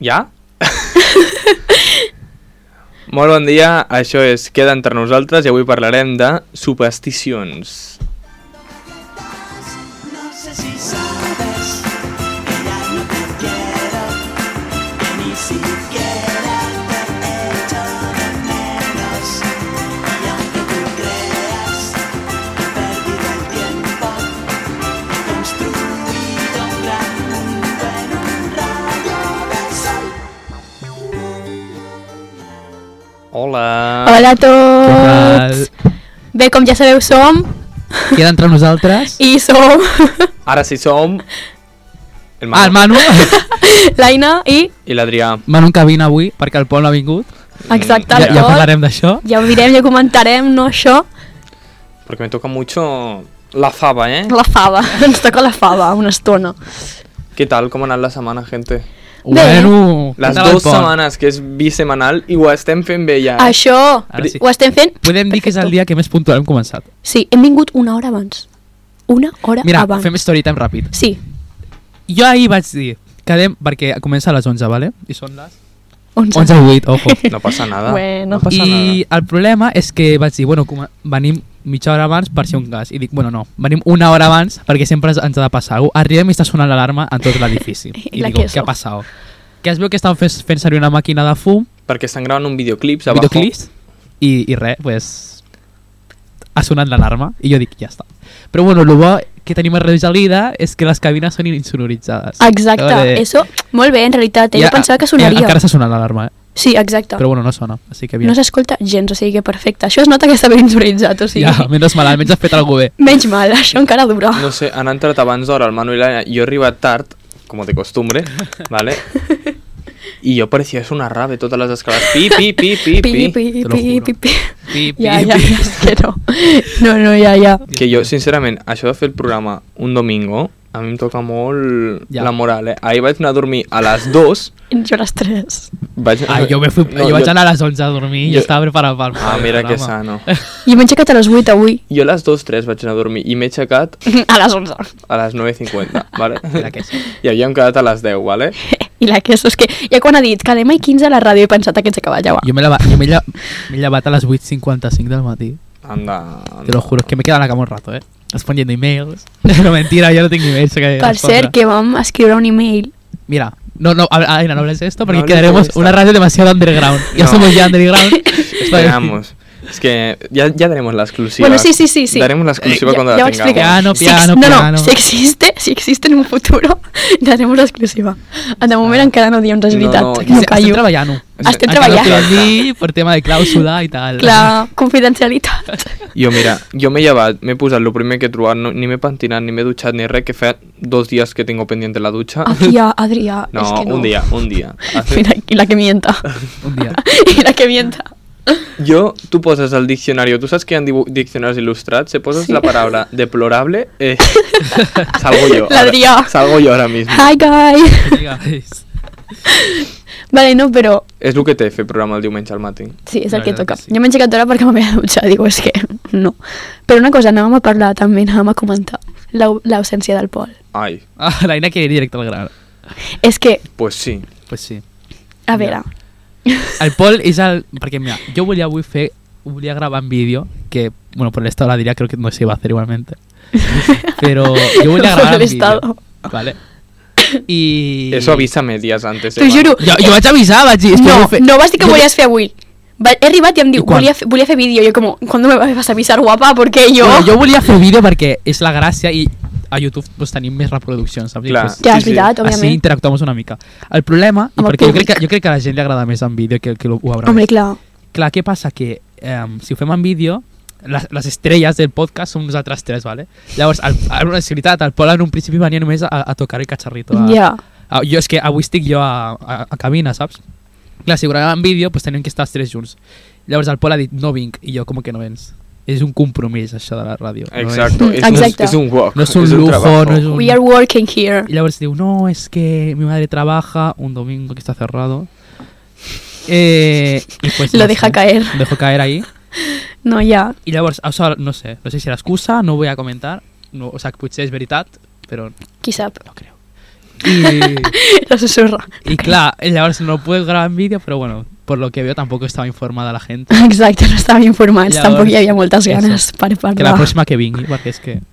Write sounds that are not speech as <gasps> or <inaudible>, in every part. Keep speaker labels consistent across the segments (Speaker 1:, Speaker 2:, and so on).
Speaker 1: Ja? Molt bon dia, això és Queda entre nosaltres i avui parlarem de supersticions.
Speaker 2: No sé si sabes que ya no te quiero, que ni siquiera te echo de menos. Y aunque tú creas que he perdido el tiempo, he construido un gran mundo en un rayo de sol.
Speaker 1: Hola.
Speaker 3: Hola a tots! Bé, com ja sabeu, som
Speaker 4: Queda entre nosaltres.
Speaker 3: i som <laughs>
Speaker 1: Ara sí som... El
Speaker 4: Ah, el
Speaker 1: Manu.
Speaker 4: Manu.
Speaker 3: l'Aina i...
Speaker 1: I l'Adrià.
Speaker 4: <laughs> Manu que vine avui perquè el Pol no ha vingut.
Speaker 3: Exacte,
Speaker 4: Ja,
Speaker 3: el
Speaker 4: ja
Speaker 3: Pol.
Speaker 4: parlarem d'això.
Speaker 3: Ja ho direm, ja comentarem, no això?
Speaker 1: Porque me toca mucho la fava, eh?
Speaker 3: La fava, <laughs> ens toca la fava una estona.
Speaker 1: ¿Qué tal? ¿Cómo ha anat la setmana, gente?
Speaker 3: Bé.
Speaker 4: Bueno,
Speaker 1: Les
Speaker 4: què tal el
Speaker 1: dues
Speaker 4: Pol?
Speaker 1: setmanes, que és bisemanal, i ho estem fent bé ja. eh?
Speaker 3: Això
Speaker 4: Ara sí.
Speaker 3: ho estem fent...
Speaker 4: Podem dir que és el dia que més puntual hem començat.
Speaker 3: Sí, hem vingut una hora abans. Una hora
Speaker 4: Mira,
Speaker 3: abans.
Speaker 4: fem story time ràpid.
Speaker 3: Sí,
Speaker 4: Jo ahir vaig dir, quedem, perquè comença a les 11, vale? I són les
Speaker 3: 11.
Speaker 4: 11 a 8, ojo.
Speaker 1: No passa nada.
Speaker 3: Bueno.
Speaker 1: No passa
Speaker 4: I
Speaker 1: nada.
Speaker 4: el problema és que vaig dir, bueno, com- venim mitja hora abans per si un cas. I dic, bueno, no, venim una hora abans perquè sempre ens- ens ha de passar alguna cosa. Arribem i està sonant l'alarma en tot l'edifici.
Speaker 3: <laughs> I
Speaker 4: I
Speaker 3: la
Speaker 4: dic,
Speaker 3: queso.
Speaker 4: què ha passat? Que es veu que estan fent, fent servir una màquina de fum,
Speaker 1: Perquè estan gravant un videoclip, abajo.
Speaker 4: videoclips, i, i res, pues, ha sonat l'alarma i jo dic, ja està. Però bueno, el bo que tenim a Reus Gelida és que les cabines són insonoritzades.
Speaker 3: Exacte,
Speaker 4: Llavors, eh,
Speaker 3: eso... Molt bé, en realitat, eh? jo pensava que sonaria.
Speaker 4: eh, Encara està sonant l'alarma, eh?
Speaker 3: Sí, exacte.
Speaker 4: però bueno, no sona, així que
Speaker 3: No
Speaker 4: aviam.
Speaker 3: s'escolta gens, o sigui que perfecte. Això es nota que està ben insonoritzat, o sigui...
Speaker 4: Ja, menys mal, almenys has fet algú bé.
Speaker 3: Menys mal, això encara dura.
Speaker 1: No sé, han entrat abans d'hora el Manu i l'Aina. Jo he arribat tard, com de costumbre, <laughs> ¿vale? I jo parecia és una rave, totes les escales. Pi, pi, pi, pi,
Speaker 3: pi,
Speaker 1: pi.
Speaker 3: pi,
Speaker 4: te lo
Speaker 3: pi,
Speaker 4: juro.
Speaker 3: pi, pi.
Speaker 4: Pi, pi,
Speaker 3: Ja, ja,
Speaker 4: pi.
Speaker 3: ja, és que no. No, no, ja, ja.
Speaker 1: Que jo, sincerament, això de fer el programa un domingo, a mi em toca molt
Speaker 4: Ja.
Speaker 1: la moral, eh? Ahir vaig anar a dormir a les 2.
Speaker 3: Jo a les 3.
Speaker 1: Vaig... <laughs>
Speaker 4: Ah, jo, me fui,
Speaker 1: No,
Speaker 4: jo vaig anar a les 11 a dormir, jo,
Speaker 1: jo-
Speaker 4: jo estava preparat pel
Speaker 1: Ah, mira que
Speaker 4: programa. <laughs>
Speaker 1: sano.
Speaker 3: Jo m'he aixecat a les 8 avui. <laughs>
Speaker 1: Jo a les 2-3 vaig anar a dormir i m'he aixecat
Speaker 3: A les 11.
Speaker 1: a les 9.50, vale?
Speaker 4: <laughs> Mira que sí.
Speaker 1: I havíem quedat a les 10, vale?
Speaker 3: I la que és, és que ja quan ha dit que anem a 15 a la ràdio he pensat que ets acabat, ja va.
Speaker 4: Jo m'he llevat, jo m'he lla- m'he llevat a les 8.55 del matí.
Speaker 1: Anda, anda.
Speaker 4: Te lo juro, es que me he quedat a la cama un rato, eh? Respondiendo emails. <laughs> no, mentira, yo no tengo emails. Que
Speaker 3: Per cert, que vam escriure un e-mail.
Speaker 4: Mira, no, no, a ver, Aina, no hables de esto
Speaker 1: No
Speaker 4: porque
Speaker 1: hables de
Speaker 4: quedaremos
Speaker 1: esto.
Speaker 4: una radio demasiado underground. Ya
Speaker 1: No.
Speaker 4: somos
Speaker 3: <laughs>
Speaker 4: ya underground.
Speaker 1: Esperamos. Es que ya, ya tenemos la exclusiva.
Speaker 3: Bueno, sí, sí, sí, sí.
Speaker 1: Daremos la exclusiva
Speaker 3: Eh,
Speaker 1: cuando
Speaker 3: ja,
Speaker 1: la
Speaker 3: ho
Speaker 1: tengamos.
Speaker 3: explicaré.
Speaker 4: Piano,
Speaker 3: Si
Speaker 4: piano,
Speaker 3: ex- no,
Speaker 4: piano.
Speaker 3: No, si existe, si existe en un futuro, <laughs> daremos l'exclusiva. De moment encara no diem res
Speaker 1: Ah. No,
Speaker 3: veritat,
Speaker 1: no,
Speaker 3: no,
Speaker 1: ja-
Speaker 3: no, Ah,
Speaker 4: Estem
Speaker 3: no callo.
Speaker 4: treballant-ho.
Speaker 3: Estem
Speaker 4: Encara no
Speaker 3: treballant.
Speaker 4: podem dir per tema de clàusula i tal.
Speaker 3: La confidencialitat.
Speaker 4: <laughs>
Speaker 1: Jo, mira, jo m'he llevat, m'he posat el primer que he trobat, no, ni m'he pentinat, ni m'he dutxat, ni res, que fa dos dies que tengo pendiente la dutxa.
Speaker 3: Adrià, Adrià,
Speaker 1: <laughs> no,
Speaker 3: és Ah, que no.
Speaker 1: un dia, un dia.
Speaker 3: <laughs>
Speaker 1: Hace-
Speaker 3: Mira, i la que mienta.
Speaker 4: <laughs> Un dia.
Speaker 3: <laughs> I la que mienta.
Speaker 1: Jo, tu poses el diccionari, tu saps que hi ha dibu- diccionaris il·lustrats, si poses la
Speaker 3: <laughs>
Speaker 1: paraula deplorable, eh, salgo jo. ara-
Speaker 3: L'Adrià.
Speaker 1: Salgo jo ara mismo.
Speaker 3: Hi, guys! <laughs>
Speaker 4: <laughs> Digues.
Speaker 3: Vale, no, però
Speaker 1: És el que té fer programa el diumenge al matí.
Speaker 3: sí, és
Speaker 4: La
Speaker 3: el que
Speaker 4: veritat
Speaker 3: toca.
Speaker 4: que sí.
Speaker 3: Jo m'he aixecat d'hora perquè m'havia de dutxar, digo, és que no. Però una cosa, anàvem a parlar també, anàvem a comentar l'au- l'ausència del Pol.
Speaker 1: Ai,
Speaker 4: Ah, la Aina quiere ir directo al grano.
Speaker 3: És que,
Speaker 1: pues sí.
Speaker 4: Pues sí.
Speaker 3: a ah.
Speaker 4: Ja.
Speaker 3: veure,
Speaker 4: El
Speaker 3: <laughs>
Speaker 4: Pol és el... Perquè, mira, jo volia avui fer... Volia gravar en vídeo, que, bueno, por el estado de la diría creo que no se iba a hacer igualmente. Pero yo voy
Speaker 3: Por
Speaker 4: a grabar
Speaker 3: el
Speaker 4: en vídeo.
Speaker 3: estado.
Speaker 4: Vale. Y...
Speaker 1: Eso avísame días antes.
Speaker 3: t'ho
Speaker 1: Eva.
Speaker 3: juro,
Speaker 4: Jo, jo vaig avisar, vaig dir... "Esto
Speaker 3: no,
Speaker 4: vull fer-".
Speaker 3: no vas dir que volies fer avui. Va, he arribat i em diu,
Speaker 4: I quan?
Speaker 3: volia, fer- volia fer vídeo. Jo com, ¿cuándo me vas a avisar, guapa? Porque yo...
Speaker 4: Bueno, jo volia fer vídeo perquè és la gràcia i a YouTube pues, tenim més reproduccions, saps? I,
Speaker 1: Clar.
Speaker 4: Pues,
Speaker 3: Ja,
Speaker 1: Sí,
Speaker 3: és
Speaker 1: sí.
Speaker 3: veritat,
Speaker 4: així
Speaker 3: òbviament.
Speaker 4: interactuamos una mica. El problema, i
Speaker 3: Amb el
Speaker 4: perquè jo crec, que,
Speaker 3: públic.
Speaker 4: jo crec que a la gent li agrada més en vídeo que, que ho haurà
Speaker 3: Hombre,
Speaker 4: vist.
Speaker 3: clar.
Speaker 4: Clar, què passa? Que em, si ho fem en vídeo, les, les estrelles del podcast som nosaltres tres, ¿vale? Llavors, el, el, és veritat, el Pol en un principi venia només a, a tocar el cacharrito. A,
Speaker 3: Ja.
Speaker 4: a, jo és que avui estic jo a, a, a cabina, saps? Clar, si ho gravem en vídeo, doncs tenim que estar els tres junts. Llavors el Pol ha dit, no vinc, i jo, com que no vens? És un compromís, això de la ràdio.
Speaker 1: Exacto,
Speaker 3: Mm,
Speaker 1: es,
Speaker 3: exacto.
Speaker 1: Un, es un walk.
Speaker 4: No és, no és un lujo,
Speaker 1: trabajo.
Speaker 4: no és un...
Speaker 3: We are working here.
Speaker 4: Y luego se digo, no, es que mi madre trabaja un domingo que está cerrado. Eh, y pues,
Speaker 3: Lo
Speaker 4: no
Speaker 3: deja
Speaker 4: sé,
Speaker 3: caer.
Speaker 4: Lo dejo caer ahí.
Speaker 3: No, ja.
Speaker 4: Y luego, o sea, no sé, no sé si era excusa, no voy a comentar. No, o sea, potser es veritat, pero
Speaker 3: Qui sap?
Speaker 4: no creo. I,
Speaker 3: <laughs> La susurra.
Speaker 4: i clar, llavors no ho puc gravar en vídeo, però bueno, per lo que veo tampoco estava informada la gent.
Speaker 3: Exacte, no estàvem informats,
Speaker 4: Llavors,
Speaker 3: tampoc hi havia moltes
Speaker 4: eso.
Speaker 3: ganes per
Speaker 4: Que la
Speaker 3: parlar.
Speaker 4: pròxima que vingui, perquè és que... <laughs>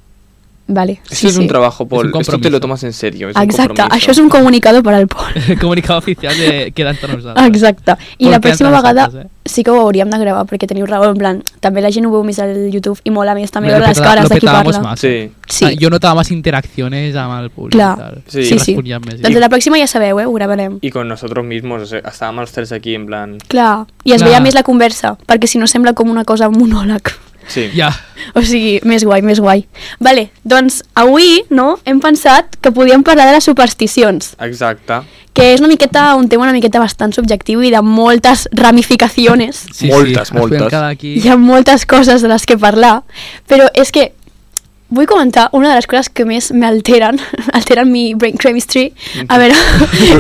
Speaker 3: Vale,
Speaker 1: Esto
Speaker 3: sí, Ah,
Speaker 1: es un
Speaker 3: sí.
Speaker 1: trabajo, Paul. Esto te
Speaker 4: compromiso.
Speaker 1: lo tomas en serio. Es un
Speaker 3: Exacte,
Speaker 1: compromiso.
Speaker 3: això és un comunicador per al Pol.
Speaker 4: <laughs> Comunicado oficial de queda entre nosaltres.
Speaker 3: Exacte. I la
Speaker 4: Pol, queda entre
Speaker 3: pròxima vegada
Speaker 4: nosaltres, eh?
Speaker 3: sí que ho hauríem de gravar, perquè teniu raó, en plan, també la gent ho veu més al YouTube i mola més també
Speaker 4: Lo
Speaker 3: veure les
Speaker 4: peta- lo
Speaker 3: cares de qui
Speaker 4: petábamos
Speaker 3: parla.
Speaker 4: más.
Speaker 1: Sí.
Speaker 3: Sí.
Speaker 4: Ah, yo notaba más interacciones amb el públic
Speaker 3: Clar.
Speaker 4: i tal.
Speaker 1: Sí.
Speaker 3: Sí,
Speaker 1: Sí,
Speaker 3: sí.
Speaker 4: responien més.
Speaker 3: Doncs la pròxima ja sabeu, eh? Ho gravarem.
Speaker 1: Y con nosotros mismos, o sea, estábamos los tres aquí en plan...
Speaker 3: Clar, i es
Speaker 4: Clar.
Speaker 3: veia més la conversa, perquè si no sembla com una cosa un monòleg.
Speaker 1: Sí.
Speaker 4: Ja,
Speaker 3: O sigui, més guai, més guai. Vale, doncs avui, no?, hem pensat que podíem parlar de les supersticions,
Speaker 1: Exacto.
Speaker 3: que és una miqueta, un tema una miqueta bastant subjectiu i de moltes ramificacions.
Speaker 4: sí,
Speaker 1: Moltes,
Speaker 4: sí. ens podem
Speaker 1: moltes.
Speaker 4: quedar
Speaker 3: <laughs>
Speaker 4: aquí.
Speaker 3: Hi ha moltes coses de les que parlar, però és que vull comentar una de les coses que més m'alteren, <laughs> alteren mi brain chemistry. A veure,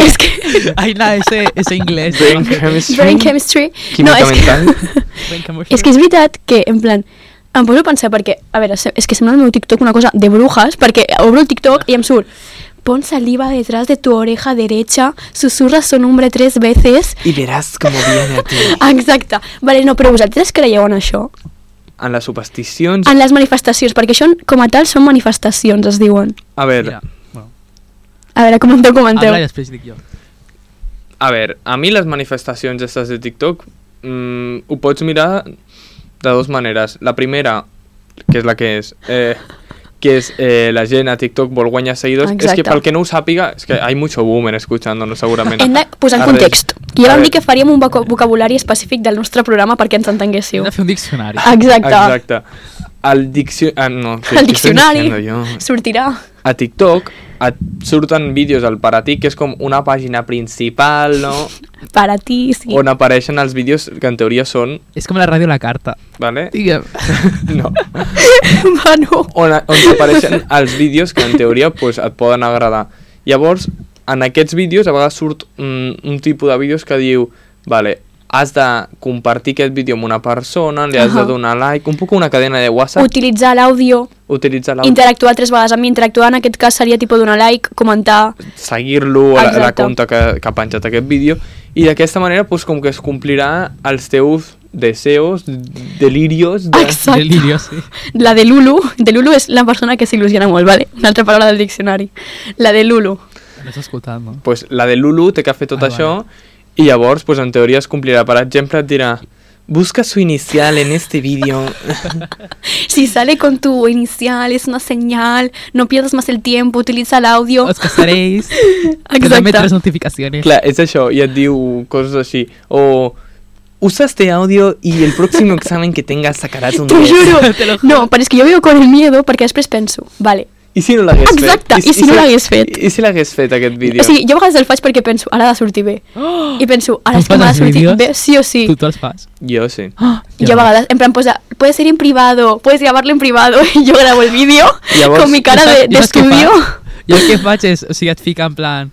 Speaker 3: és que...
Speaker 4: Ai, no, ese, ese inglés.
Speaker 1: Brain
Speaker 3: Brain
Speaker 1: chemistry.
Speaker 3: chemistry...
Speaker 1: Química
Speaker 3: és
Speaker 1: mental.
Speaker 3: que... <laughs> És que és veritat que, en plan, em poso a pensar perquè, a veure, se- és que sembla el meu TikTok una cosa de brujas, perquè obro el TikTok i em surt pon saliva detrás de tu oreja derecha, susurra su nombre tres veces...
Speaker 1: Y verás cómo viene
Speaker 3: <laughs>
Speaker 1: a ti.
Speaker 3: Exacte. Vale, no, però vosaltres creieu en això?
Speaker 1: En la superstición...
Speaker 3: En les manifestacions, perquè això com a tal són manifestacions, es diuen.
Speaker 1: A ver,
Speaker 4: Mira, bueno,
Speaker 3: A veure, com em documenteu.
Speaker 4: habla i després dic jo.
Speaker 1: a ver, a mí las manifestaciones estas de TikTok mm, ho pots mirar de dos maneres. La primera, que és la que és, eh, que és eh, la gent a TikTok vol guanyar seguidors. És que
Speaker 3: Exacte.
Speaker 1: pel que no ho sàpiga, és que hay mucho boomer escuchándonos segurament.
Speaker 3: Hem de posar en
Speaker 1: Arres.
Speaker 3: context. I
Speaker 1: A
Speaker 3: ja vam
Speaker 1: ver,
Speaker 3: dir que faríem un voca- vocabulari específic del nostre programa perquè ens entenguéssiu.
Speaker 4: Hem de fer un
Speaker 3: <laughs>
Speaker 4: diccionari.
Speaker 3: Exacte.
Speaker 1: Exacte. El diccionari... Ah, no, què-
Speaker 3: El
Speaker 1: què estoy
Speaker 3: diccionari
Speaker 1: diciendo yo?
Speaker 3: sortirà.
Speaker 1: a TikTok et surten vídeos al per a ti, que és com una pàgina principal, no?
Speaker 3: Per a ti, sí. <laughs>
Speaker 1: On apareixen els vídeos que en teoria són,
Speaker 4: És com la ràdio La Carta.
Speaker 1: vale?
Speaker 4: <laughs> Digue'm.
Speaker 1: No.
Speaker 3: bueno,
Speaker 1: On, on apareixen els vídeos que en teoria pues, et poden agradar. Llavors, en aquests vídeos a vegades surt un, un tipus de vídeos que diu, vale, has de compartir aquest vídeo amb una persona, li has
Speaker 3: Ahà.
Speaker 1: de donar like, un poc una cadena de WhatsApp,
Speaker 3: utilitzar l'àudio,
Speaker 1: utilitzar la...
Speaker 3: interactuar tres vegades amb mi, interactuar en aquest cas seria tipus donar like, comentar...
Speaker 1: seguir-lo, la, la
Speaker 3: Exacte.
Speaker 1: compte que, que ha penjat aquest vídeo, i d'aquesta manera pues, com que es complirà els teus deseos, delirios... De...
Speaker 3: Exacte.
Speaker 4: Delirio, sí.
Speaker 3: La de Lulu, de Lulu és la persona que s'il·lusiona molt, vale? Una altra paraula del diccionari. La de Lulu.
Speaker 4: No s'ha escoltat, no?
Speaker 1: Pues, la de Lulu té que fer tot ah,
Speaker 4: Ah,
Speaker 1: això, i llavors pues, en teoria es complirà. Per exemple, et dirà, busca su inicial en este
Speaker 3: <laughs>
Speaker 1: vídeo.
Speaker 3: Si sale con tu inicial, es una señal, no pierdas más el tiempo, utiliza el audio. <laughs>
Speaker 4: Os casaréis. Quedadme tres
Speaker 3: Exacte.
Speaker 4: notificaciones.
Speaker 1: Clar, és això, i et diu coses així, o... Usa este audio y el próximo examen que tengas sacarás un
Speaker 3: T'ho
Speaker 1: 10.
Speaker 3: juro.
Speaker 4: <laughs> Te lo juro.
Speaker 3: No, però és que jo vivo con el miedo perquè després penso, vale,
Speaker 1: I si no l'hagués fet?
Speaker 3: Exacte, i si no l'hagués fet?
Speaker 1: I si l'hagués fet, aquest vídeo?
Speaker 3: O sigui, jo a vegades el faig perquè penso, ara ha de sortir bé.
Speaker 4: Oh!
Speaker 3: I penso, ara
Speaker 4: Tu
Speaker 3: és que m'ha de
Speaker 4: fas els
Speaker 3: sortir
Speaker 4: vídeos?
Speaker 3: bé, sí o sí.
Speaker 4: Tu, tu els fas.
Speaker 1: Jo sí.
Speaker 3: <laughs> I jo a vegades, en plan, posa, puede ser en privado, puedes grabarlo en privado, <laughs> i jo gravo el vídeo
Speaker 1: Llavors,
Speaker 3: con mi cara de, de estudio.
Speaker 4: Jo el que faig és, o sigui, et fica en plan...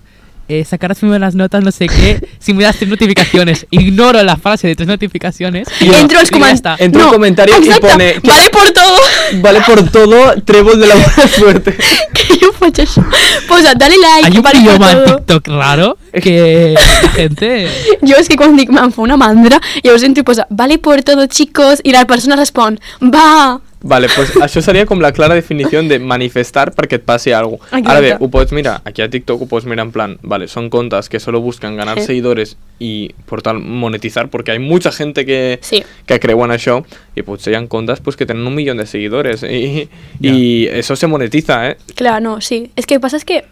Speaker 4: Eh, sacarás primero las notas, no sé qué, si me das tres notificaciones. Ignoro la frase de tres notificaciones.
Speaker 1: Jo-
Speaker 3: Entro als
Speaker 4: i ja
Speaker 3: comentaris.
Speaker 4: està.
Speaker 1: Entro al comentario i pone que-
Speaker 3: Vale por todo. <laughs>
Speaker 1: Vale por todo, trébol de la buena suerte.
Speaker 3: que jo faig això. Posa, dale like,
Speaker 4: Hay
Speaker 3: vale
Speaker 4: un
Speaker 3: por
Speaker 4: idioma en
Speaker 3: todo.
Speaker 4: TikTok raro que la gente...
Speaker 3: Jo és que quan dic, em fa una mandra, llavors entro i posa, vale por todo, chicos, i la persona respon, va,
Speaker 1: Vale, pues <laughs> això seria com la clara definició de manifestar perquè et passi alguna cosa.
Speaker 3: Exacte.
Speaker 1: Ara bé, ho pots mirar, aquí a TikTok ho pots mirar en plan, vale, son contas que solo buscan ganar
Speaker 3: Sí.
Speaker 1: seguidores y por tal monetizar, porque hay mucha gente que,
Speaker 3: Sí.
Speaker 1: que creu en això i potser hi ha contes pues, que tenen un millón de seguidores i, i eso se monetiza, eh?
Speaker 3: Clar, no, sí. És que el que passa és que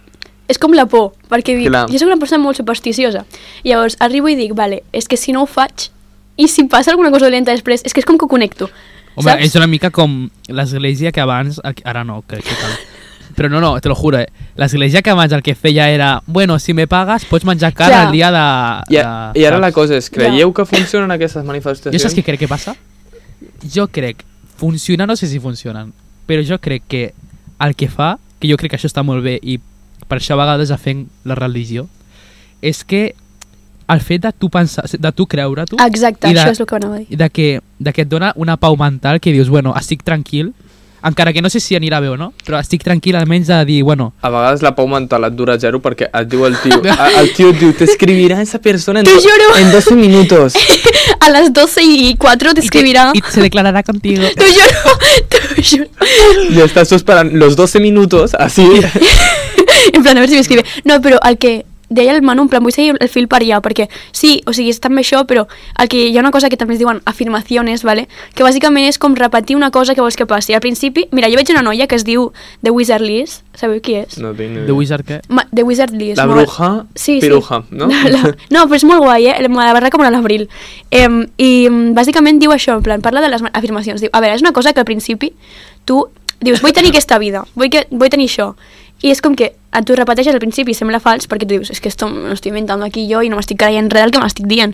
Speaker 3: és com la por, perquè dic,
Speaker 1: Clar.
Speaker 3: jo soc una persona molt supersticiosa. Llavors, arribo i dic, vale, és que si no ho faig, i si passa alguna cosa dolenta després, és que és com que ho connecto.
Speaker 4: Home,
Speaker 3: saps?
Speaker 4: és una mica com l'església que abans... Ara no, crec que cal. Però no, no, te lo juro, eh? L'església que abans el que feia era... Bueno, si me pagas, pots menjar
Speaker 3: Clar.
Speaker 4: cara el dia de...
Speaker 1: I, a,
Speaker 4: de
Speaker 1: i ara la
Speaker 4: saps?
Speaker 1: cosa és, creieu que funcionen aquestes manifestacions?
Speaker 4: Jo saps què crec que passa? Jo crec, funciona, no sé si funcionen, però jo crec que el que fa, que jo crec que això està molt bé i per això a vegades afenc la religió, és que el fet de tu pensar, de tu creure-t'ho,
Speaker 3: Exacte,
Speaker 4: I la-
Speaker 3: això és el que anava a dir.
Speaker 4: i de que, de que et dona una pau mental que dius, bueno, estic tranquil, Encara que no sé si anirà bé o no, però estic tranquil almenys de dir, bueno,
Speaker 1: A vegades la pau mental et dura zero perquè et diu el
Speaker 4: <laughs>
Speaker 1: tio, a- el tio et diu, t'escrivirà esa persona en,
Speaker 3: Te
Speaker 1: do-
Speaker 3: juro.
Speaker 1: en 12
Speaker 3: <laughs>
Speaker 1: minutos.
Speaker 3: A las 12 y 4 te escribirá.
Speaker 4: y se declarará
Speaker 1: <laughs>
Speaker 4: contigo. Eh,
Speaker 3: Te juro, <laughs> te juro.
Speaker 1: Y estás tú esperando los 12 minutos, así.
Speaker 3: <laughs> en plan, a veure si m'escrive. No, però el que deia el Manu, en plan, vull seguir el fil per allà, perquè sí, o sigui, és també això, però el que hi ha una cosa que també es diuen afirmaciones, ¿vale? que bàsicament és com repetir una cosa que vols que passi. Al principi, mira, jo veig una noia que es diu The Wizard Liz, sabeu qui és?
Speaker 1: <laughs> No tinc ni
Speaker 4: The
Speaker 1: idea.
Speaker 4: Wizard que...
Speaker 3: Ma, The Wizard Liz.
Speaker 1: La
Speaker 3: molt-
Speaker 1: bruja piruja, no?
Speaker 3: <laughs> La, no, però és molt guai, eh? Me la va recomanar l'abril. Em, I mm, bàsicament diu això, en plan, parla de les ma- afirmacions. Diu, a veure, és una cosa que al principi tu dius, vull tenir aquesta vida, vull, que, vull tenir això. I és com que a tu repeteixes al principi i sembla fals perquè tu dius, és es que esto me lo estoy inventando aquí jo i no m'estic creient res del que m'estic dient.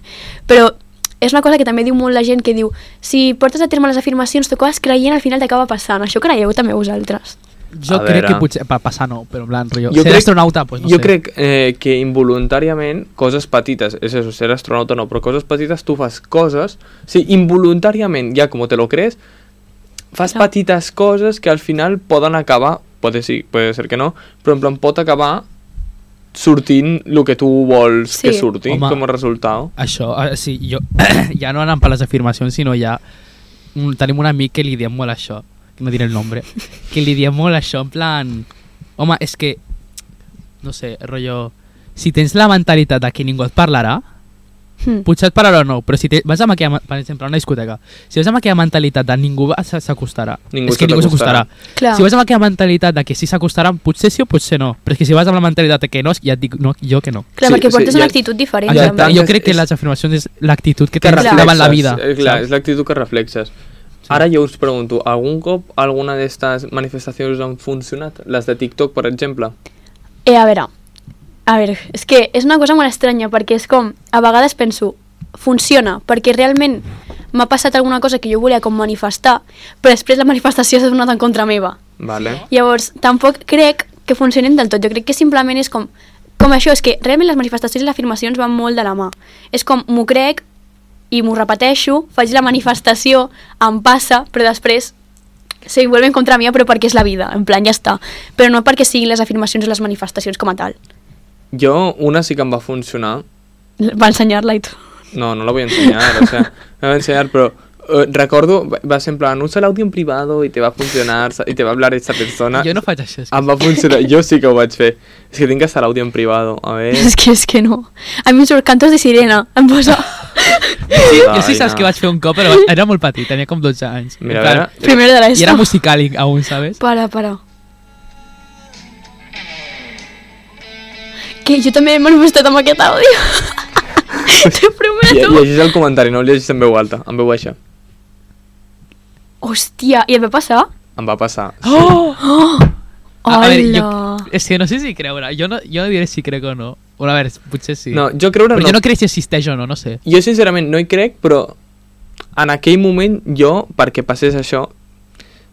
Speaker 3: Però és una cosa que també diu molt la gent que diu, si portes a terme les afirmacions, tu acabes creient, al final t'acaba passant. Això creieu també vosaltres.
Speaker 4: Jo
Speaker 1: A
Speaker 4: crec
Speaker 1: veure.
Speaker 4: que potser... Pa, passar no, però en plan, rotllo...
Speaker 1: Jo
Speaker 4: ser
Speaker 1: crec-
Speaker 4: astronauta, pues no
Speaker 1: jo
Speaker 4: sé.
Speaker 1: crec eh, que involuntàriament coses petites, és això, ser astronauta no, però coses petites tu fas coses, sí, involuntàriament, ja com te lo crees, fas
Speaker 3: Clar.
Speaker 1: petites coses que al final poden acabar, pot ser, sí, puede ser que no, però en plan pot acabar sortint el que tu vols
Speaker 3: Sí.
Speaker 1: que surti
Speaker 4: Home.
Speaker 1: com a resultat.
Speaker 4: Això, eh, sí, jo... <coughs> ja no anant per les afirmacions, sinó ja... Un, tenim un amic que li diem molt això, que no diré el nombre, que li diem molt això, en plan... Home, és que... No sé, rotllo... Si tens la mentalitat de que ningú et parlarà,
Speaker 3: Hm.
Speaker 4: potser et parlarà o no, però si te, vas amb aquella, men- per exemple, a una discoteca, si vas amb aquella mentalitat de ningú va- s- s'acostarà,
Speaker 1: Ningú
Speaker 4: és que
Speaker 1: se
Speaker 4: ningú
Speaker 1: t'acostarà.
Speaker 4: s'acostarà. Si vas amb aquella mentalitat de que sí s'acostaran, potser sí o potser no, però és que si vas amb la mentalitat de que no, ja et dic no, jo que no.
Speaker 3: Clar,
Speaker 1: Sí,
Speaker 3: sí, perquè
Speaker 1: sí,
Speaker 3: portes sí,
Speaker 1: ja-
Speaker 3: una actitud
Speaker 1: ja
Speaker 3: diferent. també.
Speaker 1: tant,
Speaker 4: Exacte, jo
Speaker 1: és-
Speaker 4: crec que
Speaker 1: és-
Speaker 4: les afirmacions és l'actitud que
Speaker 1: que
Speaker 4: tens
Speaker 1: reflexes,
Speaker 4: davant la vida.
Speaker 1: Eh, clar,
Speaker 4: saps?
Speaker 1: és l'actitud que reflexes. Ara jo us pregunto, algun cop alguna d'aquestes manifestacions han funcionat? Les de TikTok, per exemple?
Speaker 3: Eh, a veure, a veure, és que és una cosa molt estranya perquè és com, a vegades penso, funciona, perquè realment m'ha passat alguna cosa que jo volia com manifestar, però després la manifestació s'ha donat en contra meva.
Speaker 1: Vale.
Speaker 3: Llavors, tampoc crec que funcionin del tot, jo crec que simplement és com, com això, és que realment les manifestacions i les afirmacions van molt de la mà. És com, m'ho crec i m'ho repeteixo, faig la manifestació, em passa, però després se vuelven contra mi, però perquè és la vida, en plan, ja està. Però no perquè siguin les afirmacions o les manifestacions com a tal.
Speaker 1: Jo, una sí que em va funcionar.
Speaker 3: Va ensenyar-la i tot.
Speaker 1: No, no la voy a enseñar, o sea, la voy a enseñar, pero eh, recordo, va- va ser en plan, usa el audio en privado y te va a funcionar, sa- y te va a hablar esta persona.
Speaker 4: Jo no faig això. És que...
Speaker 1: <laughs> Em va funcionar, jo sí que ho vaig fer. És que tinc que estar l'àudio en privado, a
Speaker 4: Eh.
Speaker 1: ver...
Speaker 3: <laughs> És que, és que no. A mi em surt cantos de sirena, em posa...
Speaker 4: <laughs>
Speaker 3: <laughs>
Speaker 4: Sí,
Speaker 1: Ai,
Speaker 4: jo sí saps
Speaker 1: no.
Speaker 4: que vaig fer un cop, però era molt petit, tenia com 12 anys.
Speaker 1: Mira,
Speaker 4: En plan,
Speaker 1: a veure,
Speaker 3: Primero de la
Speaker 4: I
Speaker 3: ESO.
Speaker 4: era musical i- aún, ¿sabes?
Speaker 3: Para, para. Que jo també he manifestat amb aquest
Speaker 1: <laughs>
Speaker 3: àudio. T'ho
Speaker 1: i,
Speaker 3: prometo.
Speaker 1: llegeix el comentari, no el llegeix en veu alta, en veu baixa.
Speaker 3: Hòstia, i et va
Speaker 1: <gasps>
Speaker 3: passar?
Speaker 1: Em va passar.
Speaker 4: ¡Oh!
Speaker 3: Hola.
Speaker 4: A, a ver, yo, es que no sé si creo, ahora. Yo no, yo no diré si creo o no. Bueno, a ver, potser sí.
Speaker 1: No, jo creure
Speaker 4: però
Speaker 1: no.
Speaker 4: jo no crec si existeix o no, no sé.
Speaker 1: Jo sincerament no hi crec, però en aquell moment jo, perquè passés això,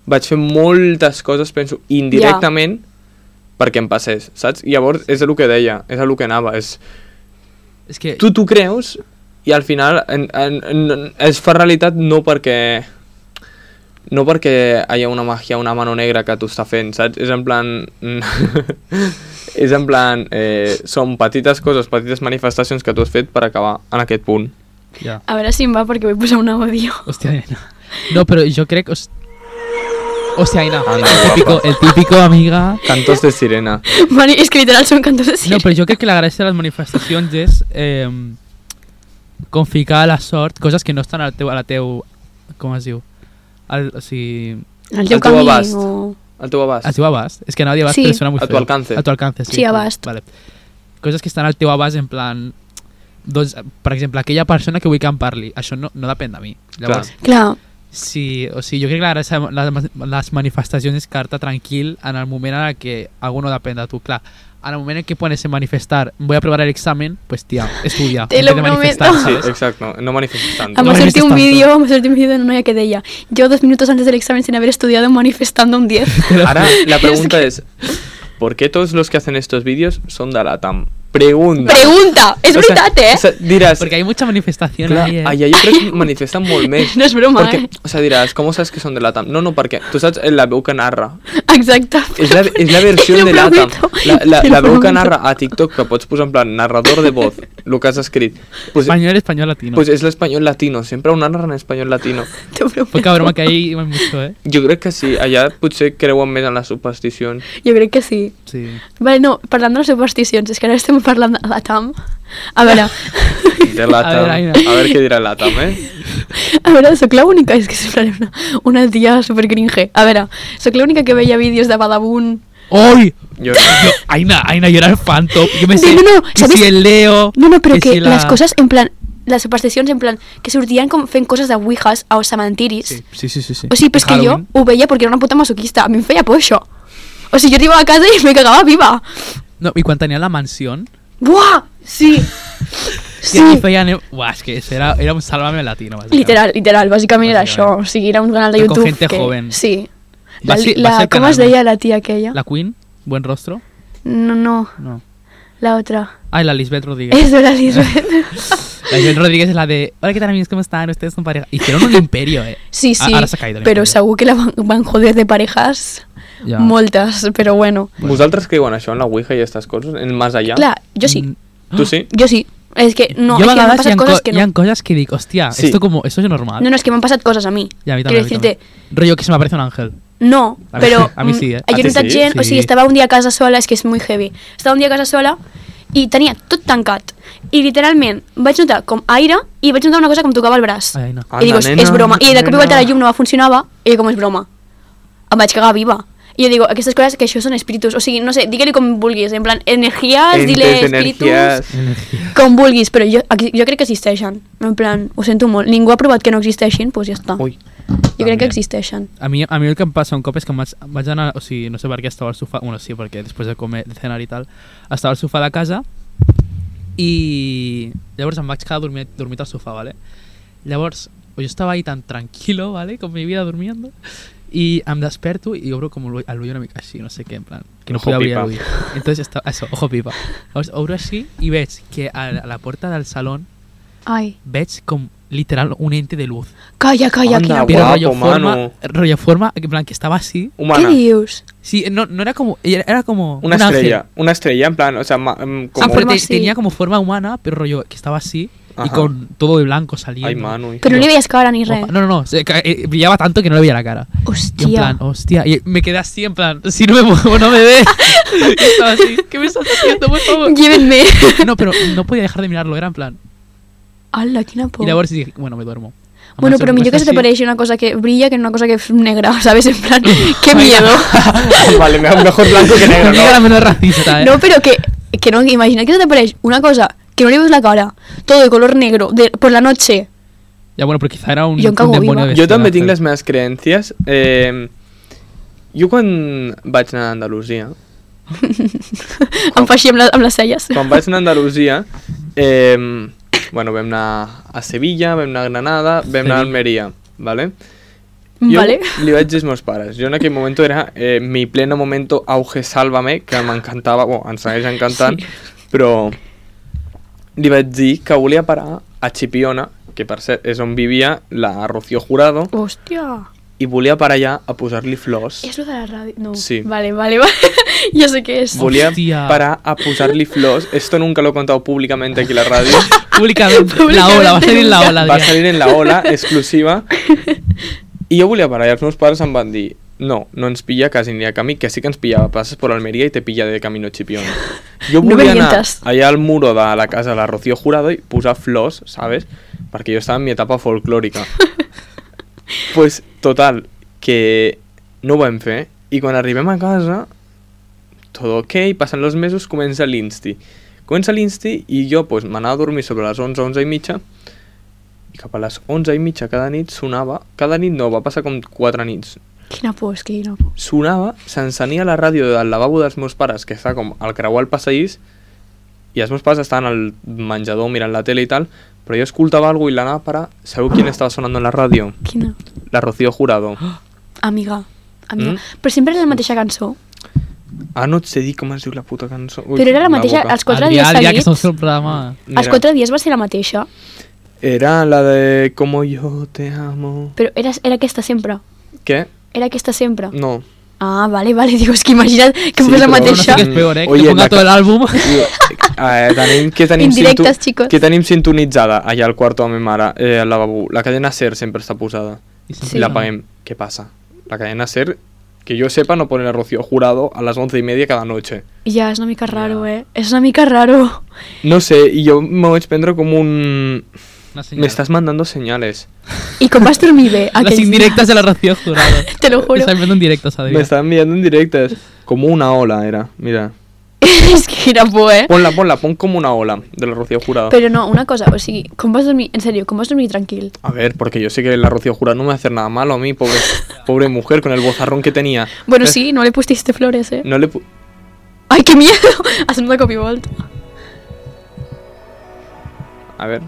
Speaker 1: vaig fer moltes coses, penso, indirectament perquè em passés, saps? Llavors és el que deia, és el que anava, és...
Speaker 4: És que...
Speaker 1: Tu t'ho creus i al final en, en, en, es fa realitat no perquè no perquè hi ha una màgia, una mano negra que t'ho està fent, saps? És en plan... <laughs> és en plan... Eh, són petites coses, petites manifestacions que tu has fet per acabar en aquest punt.
Speaker 4: Ja.
Speaker 3: A veure si em va perquè vull posar un <laughs> àudio.
Speaker 4: Hòstia, nena. No, però jo crec... Host... Hòstia, Aina,
Speaker 1: Ana,
Speaker 4: el
Speaker 1: Ah,
Speaker 4: típico,
Speaker 1: guapa.
Speaker 4: el típico amiga...
Speaker 1: Cantos de sirena.
Speaker 3: Bueno, és que literal són cantos de
Speaker 4: No,
Speaker 3: sirena.
Speaker 4: però jo crec que la gràcia de les manifestacions és eh, com ficar a la sort coses que no estan al teu, a la teu... Com es diu? Al, o sigui...
Speaker 3: El teu
Speaker 1: el teu
Speaker 3: camí
Speaker 1: abast.
Speaker 3: o...
Speaker 1: Al teu abast.
Speaker 4: Es diu abast. És que anava a dir abast,
Speaker 3: Sí.
Speaker 4: però sona molt
Speaker 1: A tu
Speaker 4: feo.
Speaker 1: alcance.
Speaker 4: A tu alcance, sí.
Speaker 3: Sí, abast.
Speaker 4: Vale. Coses que estan al teu abast en plan... Doncs, per exemple, aquella persona que vull que em parli, això no, no depèn de mi. Llavors, Clar.
Speaker 3: Clar,
Speaker 4: Sí, o sigui, jo crec que la gràcia de les, les manifestacions és quedar-te tranquil en el moment en el que algú no depèn de tu, clar. En el moment en que pones en manifestar, voy a aprobar el examen, pues tía, estudia.
Speaker 3: Te
Speaker 4: en
Speaker 3: lo
Speaker 4: vez de manifestar,
Speaker 3: prometo.
Speaker 1: Sí,
Speaker 4: ¿sabes?
Speaker 1: exacto. No manifestes tanto.
Speaker 3: em
Speaker 4: No
Speaker 3: va sortir un
Speaker 4: manifestes
Speaker 3: vídeo, em va sortir un vídeo d'una noia que deia jo dos minutos antes del examen sin haber estudiado manifestando
Speaker 1: <laughs>
Speaker 3: un 10. <laughs>
Speaker 1: Ahora la pregunta es, ¿por qué todos los que hacen estos vídeos son de la TAM? pregunta.
Speaker 3: Pregunta! És
Speaker 1: O sea,
Speaker 3: veritat, eh?
Speaker 1: o sea, dirás,
Speaker 4: Porque hay mucha manifestación
Speaker 1: Clar,
Speaker 4: ahí, eh?
Speaker 1: allà jo crec que manifesten molt més.
Speaker 3: <laughs> No és broma,
Speaker 1: perquè,
Speaker 3: eh?
Speaker 1: O sigui, diràs, com saps que són de l'ATAM? No, no, perquè tu saps eh, la veu que narra.
Speaker 3: Exacte.
Speaker 1: És la, és la versió
Speaker 3: <laughs> Te lo
Speaker 1: de l'ATAM.
Speaker 3: prometo,
Speaker 1: La, la,
Speaker 3: te lo
Speaker 1: la veu que
Speaker 3: prometo.
Speaker 1: narra a TikTok, que pots posar en plan narrador de voz, el que has escrit. Pues,
Speaker 4: Español, español, latino.
Speaker 1: pues és l'espanyol latino, sempre ho narra en espanyol latino.
Speaker 3: Te ho prometo.
Speaker 1: eh,
Speaker 4: Poca
Speaker 1: <laughs>
Speaker 4: broma que ahí hay mucho, eh?
Speaker 1: Jo crec que sí, allà potser creuen més en la superstició.
Speaker 3: Jo crec que sí.
Speaker 4: Sí.
Speaker 3: Vale, no, parlant de les supersticions, és que ara estem parlant de l'ATAM. A
Speaker 1: <laughs>
Speaker 3: veure,
Speaker 1: De l'ATAM.
Speaker 4: A veure, Aina.
Speaker 1: A veure què dirà l'ATAM, eh?
Speaker 3: a veure, sóc l'única, és que semblaré una, una tia supergringe. A veure, sóc l'única que veia vídeos de Badabun.
Speaker 4: ¡Hoy!
Speaker 1: Jo,
Speaker 4: Yo, Aina, Aina, yo era el fan top. Yo me
Speaker 3: No,
Speaker 4: sé.
Speaker 3: no, no,
Speaker 4: que
Speaker 3: ¿sabes?
Speaker 4: si el Leo.
Speaker 3: No, no, però que,
Speaker 4: si la-
Speaker 3: les coses, en plan, les supersticions, en plan, que sortien com fent coses de ouijas als cementiris.
Speaker 4: Sí, sí, sí. sí, sí.
Speaker 3: O sigui, però és Pues que jo
Speaker 4: Halloween.
Speaker 3: ho veia perquè era una puta masoquista, a mi em feia por això. O sigui, jo arribava a casa i me cagava viva.
Speaker 4: No, y cuando tenía la mansión.
Speaker 3: Buah,
Speaker 4: <laughs>
Speaker 3: sí.
Speaker 4: Y ahí
Speaker 3: Sí,
Speaker 4: feían. Buah, es que ese era, era un sálvame latino. básicamente.
Speaker 3: literal, literal, bàsicament era això.
Speaker 4: Bàsicament.
Speaker 3: O sigui, era un canal de
Speaker 4: Però con
Speaker 3: YouTube
Speaker 4: gente
Speaker 3: que...
Speaker 4: joven.
Speaker 3: Sí.
Speaker 4: Va
Speaker 3: La,
Speaker 4: ser- va
Speaker 3: la,
Speaker 4: ser el
Speaker 3: com
Speaker 4: canal,
Speaker 3: es deia la tia aquella?
Speaker 4: La Queen, buen rostro.
Speaker 3: No, no,
Speaker 4: No.
Speaker 3: la otra.
Speaker 4: Ah, y la Lisbeth Rodríguez. <laughs>
Speaker 3: És de la Lisbeth.
Speaker 4: La Lisbeth Rodríguez es la de. Hola, ¿qué tal, amigos? ¿Cómo están? Ustedes son pareja. Hicieron un imperio, eh.
Speaker 3: Sí, sí,
Speaker 4: Ahora se ha caído el
Speaker 3: però
Speaker 4: imperio.
Speaker 3: segur que la van, van joder de parejas
Speaker 4: Ya.
Speaker 3: moltes, però bueno.
Speaker 1: vosaltres creuen això en la Ouija i aquestes coses? En més allà?
Speaker 3: Clar, jo sí,
Speaker 4: Mm,
Speaker 1: Tu
Speaker 3: <gasps>
Speaker 1: sí?
Speaker 3: jo sí. És que no,
Speaker 4: yo
Speaker 3: és que
Speaker 4: vagadas
Speaker 3: m'han
Speaker 4: y
Speaker 3: passat
Speaker 4: anco-
Speaker 3: coses que
Speaker 4: y
Speaker 3: no.
Speaker 4: ancollas que digo, hostia,
Speaker 1: Sí.
Speaker 4: esto como, esto es normal.
Speaker 3: No, no, és que m'han passat coses a mi.
Speaker 4: Y a mí también.
Speaker 3: Quiero
Speaker 4: a mí
Speaker 3: decirte,
Speaker 4: también. Rollo que se me aparece un ángel.
Speaker 3: No,
Speaker 4: A mí
Speaker 3: pero
Speaker 4: sí, a mí sí, ¿eh?
Speaker 3: mm, yo
Speaker 1: ¿A ti
Speaker 3: no
Speaker 1: sí?
Speaker 3: gent, o
Speaker 4: Sí.
Speaker 3: sigui, estava un dia a casa sola, és que és molt heavy. Estava un dia a casa sola i tenia tot tancat. I literalment vaig notar com aire i vaig notar una cosa que em tocava el braç.
Speaker 4: Ay, no.
Speaker 1: Anda,
Speaker 3: I dic, és,
Speaker 1: nena,
Speaker 3: és broma. I de cop i volta
Speaker 1: nena.
Speaker 3: la llum no va funcionava i jo, com és broma. Em vaig cagar viva. I jo dic, aquestes coses que això són espíritus, o sigui, no sé, digue-li com vulguis, en plan, energies, Ah, dile
Speaker 1: Entes,
Speaker 3: espíritus, com vulguis, però jo, jo crec que existeixen, en plan, ho sento molt, ningú ha provat que no existeixin, doncs ja està,
Speaker 1: Ui,
Speaker 3: jo crec
Speaker 4: també.
Speaker 3: que existeixen.
Speaker 4: A mi, a mi el que em passa un cop és que em vaig, em vaig anar, o sigui, no sé per què estava al sofà, bueno, sí, perquè després de comer, de cenar i tal, estava al sofà de casa i llavors em vaig quedar dormit, dormit al sofà, ¿vale? Llavors, jo estava ahí tan tranquilo, ¿vale? Com mi vida durmiendo i em desperto i obro com l'ull l'ull una mica així, no sé què, en plan, que no
Speaker 1: Ojo
Speaker 4: podia obrir
Speaker 1: pipa.
Speaker 4: l'ull. Entonces, estava, eso, ojo pipa. Llavors, obro així i veig que a la, a la porta del salón
Speaker 3: Ai,
Speaker 4: veig com literal un ente de luz.
Speaker 3: calla, calla,
Speaker 1: Anda,
Speaker 3: quina
Speaker 1: guau.
Speaker 4: Però
Speaker 1: Ah, Guapo,
Speaker 4: rollo forma,
Speaker 1: mano.
Speaker 4: rollo forma, en plan, que estaba así
Speaker 1: humana.
Speaker 3: ¿Qué dios?
Speaker 4: Sí, no, no era como. Era, era como.
Speaker 1: Una
Speaker 4: un ángel.
Speaker 1: estrella, una estrella en plan, o sea, ma- mm, como...
Speaker 4: Sí, pero
Speaker 3: Ah, Forma
Speaker 4: te-
Speaker 3: así.
Speaker 4: tenía como forma humana, pero rollo que estaba así y
Speaker 1: Ajá.
Speaker 4: con todo de blanco saliendo.
Speaker 1: Ay, Manu. hijo.
Speaker 3: Pero no le veías cara ni res.
Speaker 4: Opa- No, no, no. se ca- eh, brillaba tanto que no le veía la cara. Y en
Speaker 3: Hostia.
Speaker 4: plan, hostia. Y me quedé así, en plan, <laughs> si no me muevo, no me ve. <laughs> Y estaba así, ¿qué me estás haciendo, por
Speaker 3: <laughs>
Speaker 4: favor?
Speaker 3: Llévenme.
Speaker 4: <laughs> No, pero no podía dejar de mirarlo, era en plan.
Speaker 3: Hala, quina por.
Speaker 4: Y la bolsa dije, bueno, me duermo.
Speaker 3: Bueno, pero
Speaker 4: mi
Speaker 3: millor que se te
Speaker 4: <laughs>
Speaker 3: parece una cosa que brilla que una cosa que es negra, <laughs> ¿sabes? En plan, qué
Speaker 4: <laughs>
Speaker 3: miedo.
Speaker 1: <laughs> vale, me- mejor blanco que negro,
Speaker 4: Amiga la
Speaker 1: ¿no?
Speaker 4: menos racista, ¿eh?
Speaker 3: No, pero que, que no, que imagina que se te parece una cosa que no le ves la cara, todo de color negro, de, por la noche.
Speaker 4: Ya, bueno, pero quizá era un,
Speaker 3: Yo en
Speaker 4: un
Speaker 3: cago
Speaker 4: demonio
Speaker 3: viva.
Speaker 4: de
Speaker 1: Jo també
Speaker 4: Estela,
Speaker 1: tinc
Speaker 4: <laughs>
Speaker 1: les meves creències. Eh, jo quan vaig anar a Andalusia,
Speaker 3: Em fa així amb, la, amb les celles.
Speaker 1: quan
Speaker 3: <laughs>
Speaker 1: vaig anar a Andalusia, eh, bueno, vam anar a Sevilla, vam anar a Granada, vam anar a Almeria, ¿vale? Jo
Speaker 3: Vale.
Speaker 1: li vaig dir als meus pares. Jo en aquell moment era eh, mi pleno momento auge sálvame, que m'encantava, bueno, ens segueix encantant, sí. però li vaig dir que volia parar a Chipiona, que per cert és on vivia la Rocío Jurado,
Speaker 3: Hostia.
Speaker 1: i volia parar allà a posar-li flors.
Speaker 3: ¿Es lo de la radio? No.
Speaker 1: Sí.
Speaker 3: Vale, vale, vale. <laughs> Yo sé qué es.
Speaker 1: Volia
Speaker 4: Hòstia.
Speaker 1: parar a posar-li flors. Esto nunca lo he contado públicamente aquí a la radio.
Speaker 3: <laughs>
Speaker 4: Públicamente, la ola, va a salir la ola.
Speaker 1: Va
Speaker 4: Adrián.
Speaker 1: salir en la ola exclusiva. I jo volia parar i els meus pares em van dir no, no ens pilla quasi ni a camí, que sí que ens pillava, passes per Almeria i te pilla de camí no Chipiona. Jo
Speaker 3: No
Speaker 1: volia anar
Speaker 3: mientas.
Speaker 1: allà al muro de la casa de la Rocío Jurado i posar flors, ¿sabes? Perquè jo estava en mi etapa folclòrica. pues, total, que no ho vam fer i quan arribem a casa todo ok, passen els mesos, comença l'insti. Comença l'insti i jo pues, m'anava a dormir sobre les 11, 11 i mitja i cap a les 11 i mitja cada nit sonava, cada nit no, va passar com quatre nits,
Speaker 3: Quina por, és que quina por.
Speaker 1: sonava, s'encenia la ràdio del lavabo dels meus pares, que està com al creuar el passadís, i els meus pares estaven al menjador mirant la tele i tal, però jo escoltava alguna cosa i l'anava a parar. Sabeu qui estava sonant en la ràdio?
Speaker 3: Quina.
Speaker 1: La Rocío Jurado. <gasps>
Speaker 3: Amiga. Amiga.
Speaker 1: Mm?
Speaker 3: Però sempre era la mateixa cançó.
Speaker 1: Ah, no et sé dir com es diu la puta cançó. Ui,
Speaker 3: Però era la mateixa,
Speaker 1: boca.
Speaker 3: els quatre
Speaker 4: Adrià,
Speaker 3: dies
Speaker 4: Adrià, que
Speaker 3: seguits.
Speaker 4: estàs fent el programa.
Speaker 1: Mira,
Speaker 3: Els quatre dies va ser la mateixa,
Speaker 1: Era la de Como yo te amo.
Speaker 3: però era, era aquesta sempre.
Speaker 1: Què?
Speaker 3: Era aquesta sempre. <laughs>
Speaker 1: No.
Speaker 3: Ah, vale, vale, digo, és que imagina't que
Speaker 1: Mm. Sí,
Speaker 3: fos la
Speaker 1: però
Speaker 4: Bueno, no sé
Speaker 3: mateixa.
Speaker 4: què és peor, eh?
Speaker 1: Oye,
Speaker 4: que ponga
Speaker 1: la
Speaker 4: tot
Speaker 1: ca-
Speaker 4: l'àlbum.
Speaker 1: Tio, eh, tenim, que tenim
Speaker 3: Indirectes, chicos.
Speaker 1: Que tenim sintonitzada allà al quarto de ma mare, eh, al lavabo. La cadena SER sempre està posada.
Speaker 3: Sí.
Speaker 1: Y la paguem. ¿Qué pasa? La cadena SER, que yo sepa, no pone a Rocío Jurado a las once y media cada noche.
Speaker 3: Ja, és una mica raro, eh? És una mica raro.
Speaker 1: No sé, y yo me voy a prendre como un...
Speaker 4: Una
Speaker 1: Me
Speaker 4: senyora.
Speaker 1: estás mandando señales.
Speaker 3: I com vas dormir bé
Speaker 4: Las
Speaker 3: aquells
Speaker 4: indirectas de la Rocío Jurado.
Speaker 3: Ah, Te lo juro.
Speaker 4: Están viendo en directas,
Speaker 1: Me
Speaker 4: Adrián.
Speaker 1: están enviando en directas. Como una ola era, mira.
Speaker 3: días? <laughs> és que era por, eh?
Speaker 1: Ponla, ponla, pon como una ola de la Rocío Jurado.
Speaker 3: Però no, una cosa, o sigui, com vas dormir, en serio, com vas dormir tranquil?
Speaker 1: A ver, porque yo sé que la Rocío Jurado no me va a hacer nada malo a mí, pobre, pobre mujer, con el bozarrón que tenía.
Speaker 3: Bueno,
Speaker 1: Eh,
Speaker 3: sí, no le pusiste flores, eh?
Speaker 1: No le... pu-
Speaker 3: Ai, que miedo! <laughs> Has de cop i volta.
Speaker 1: A ver.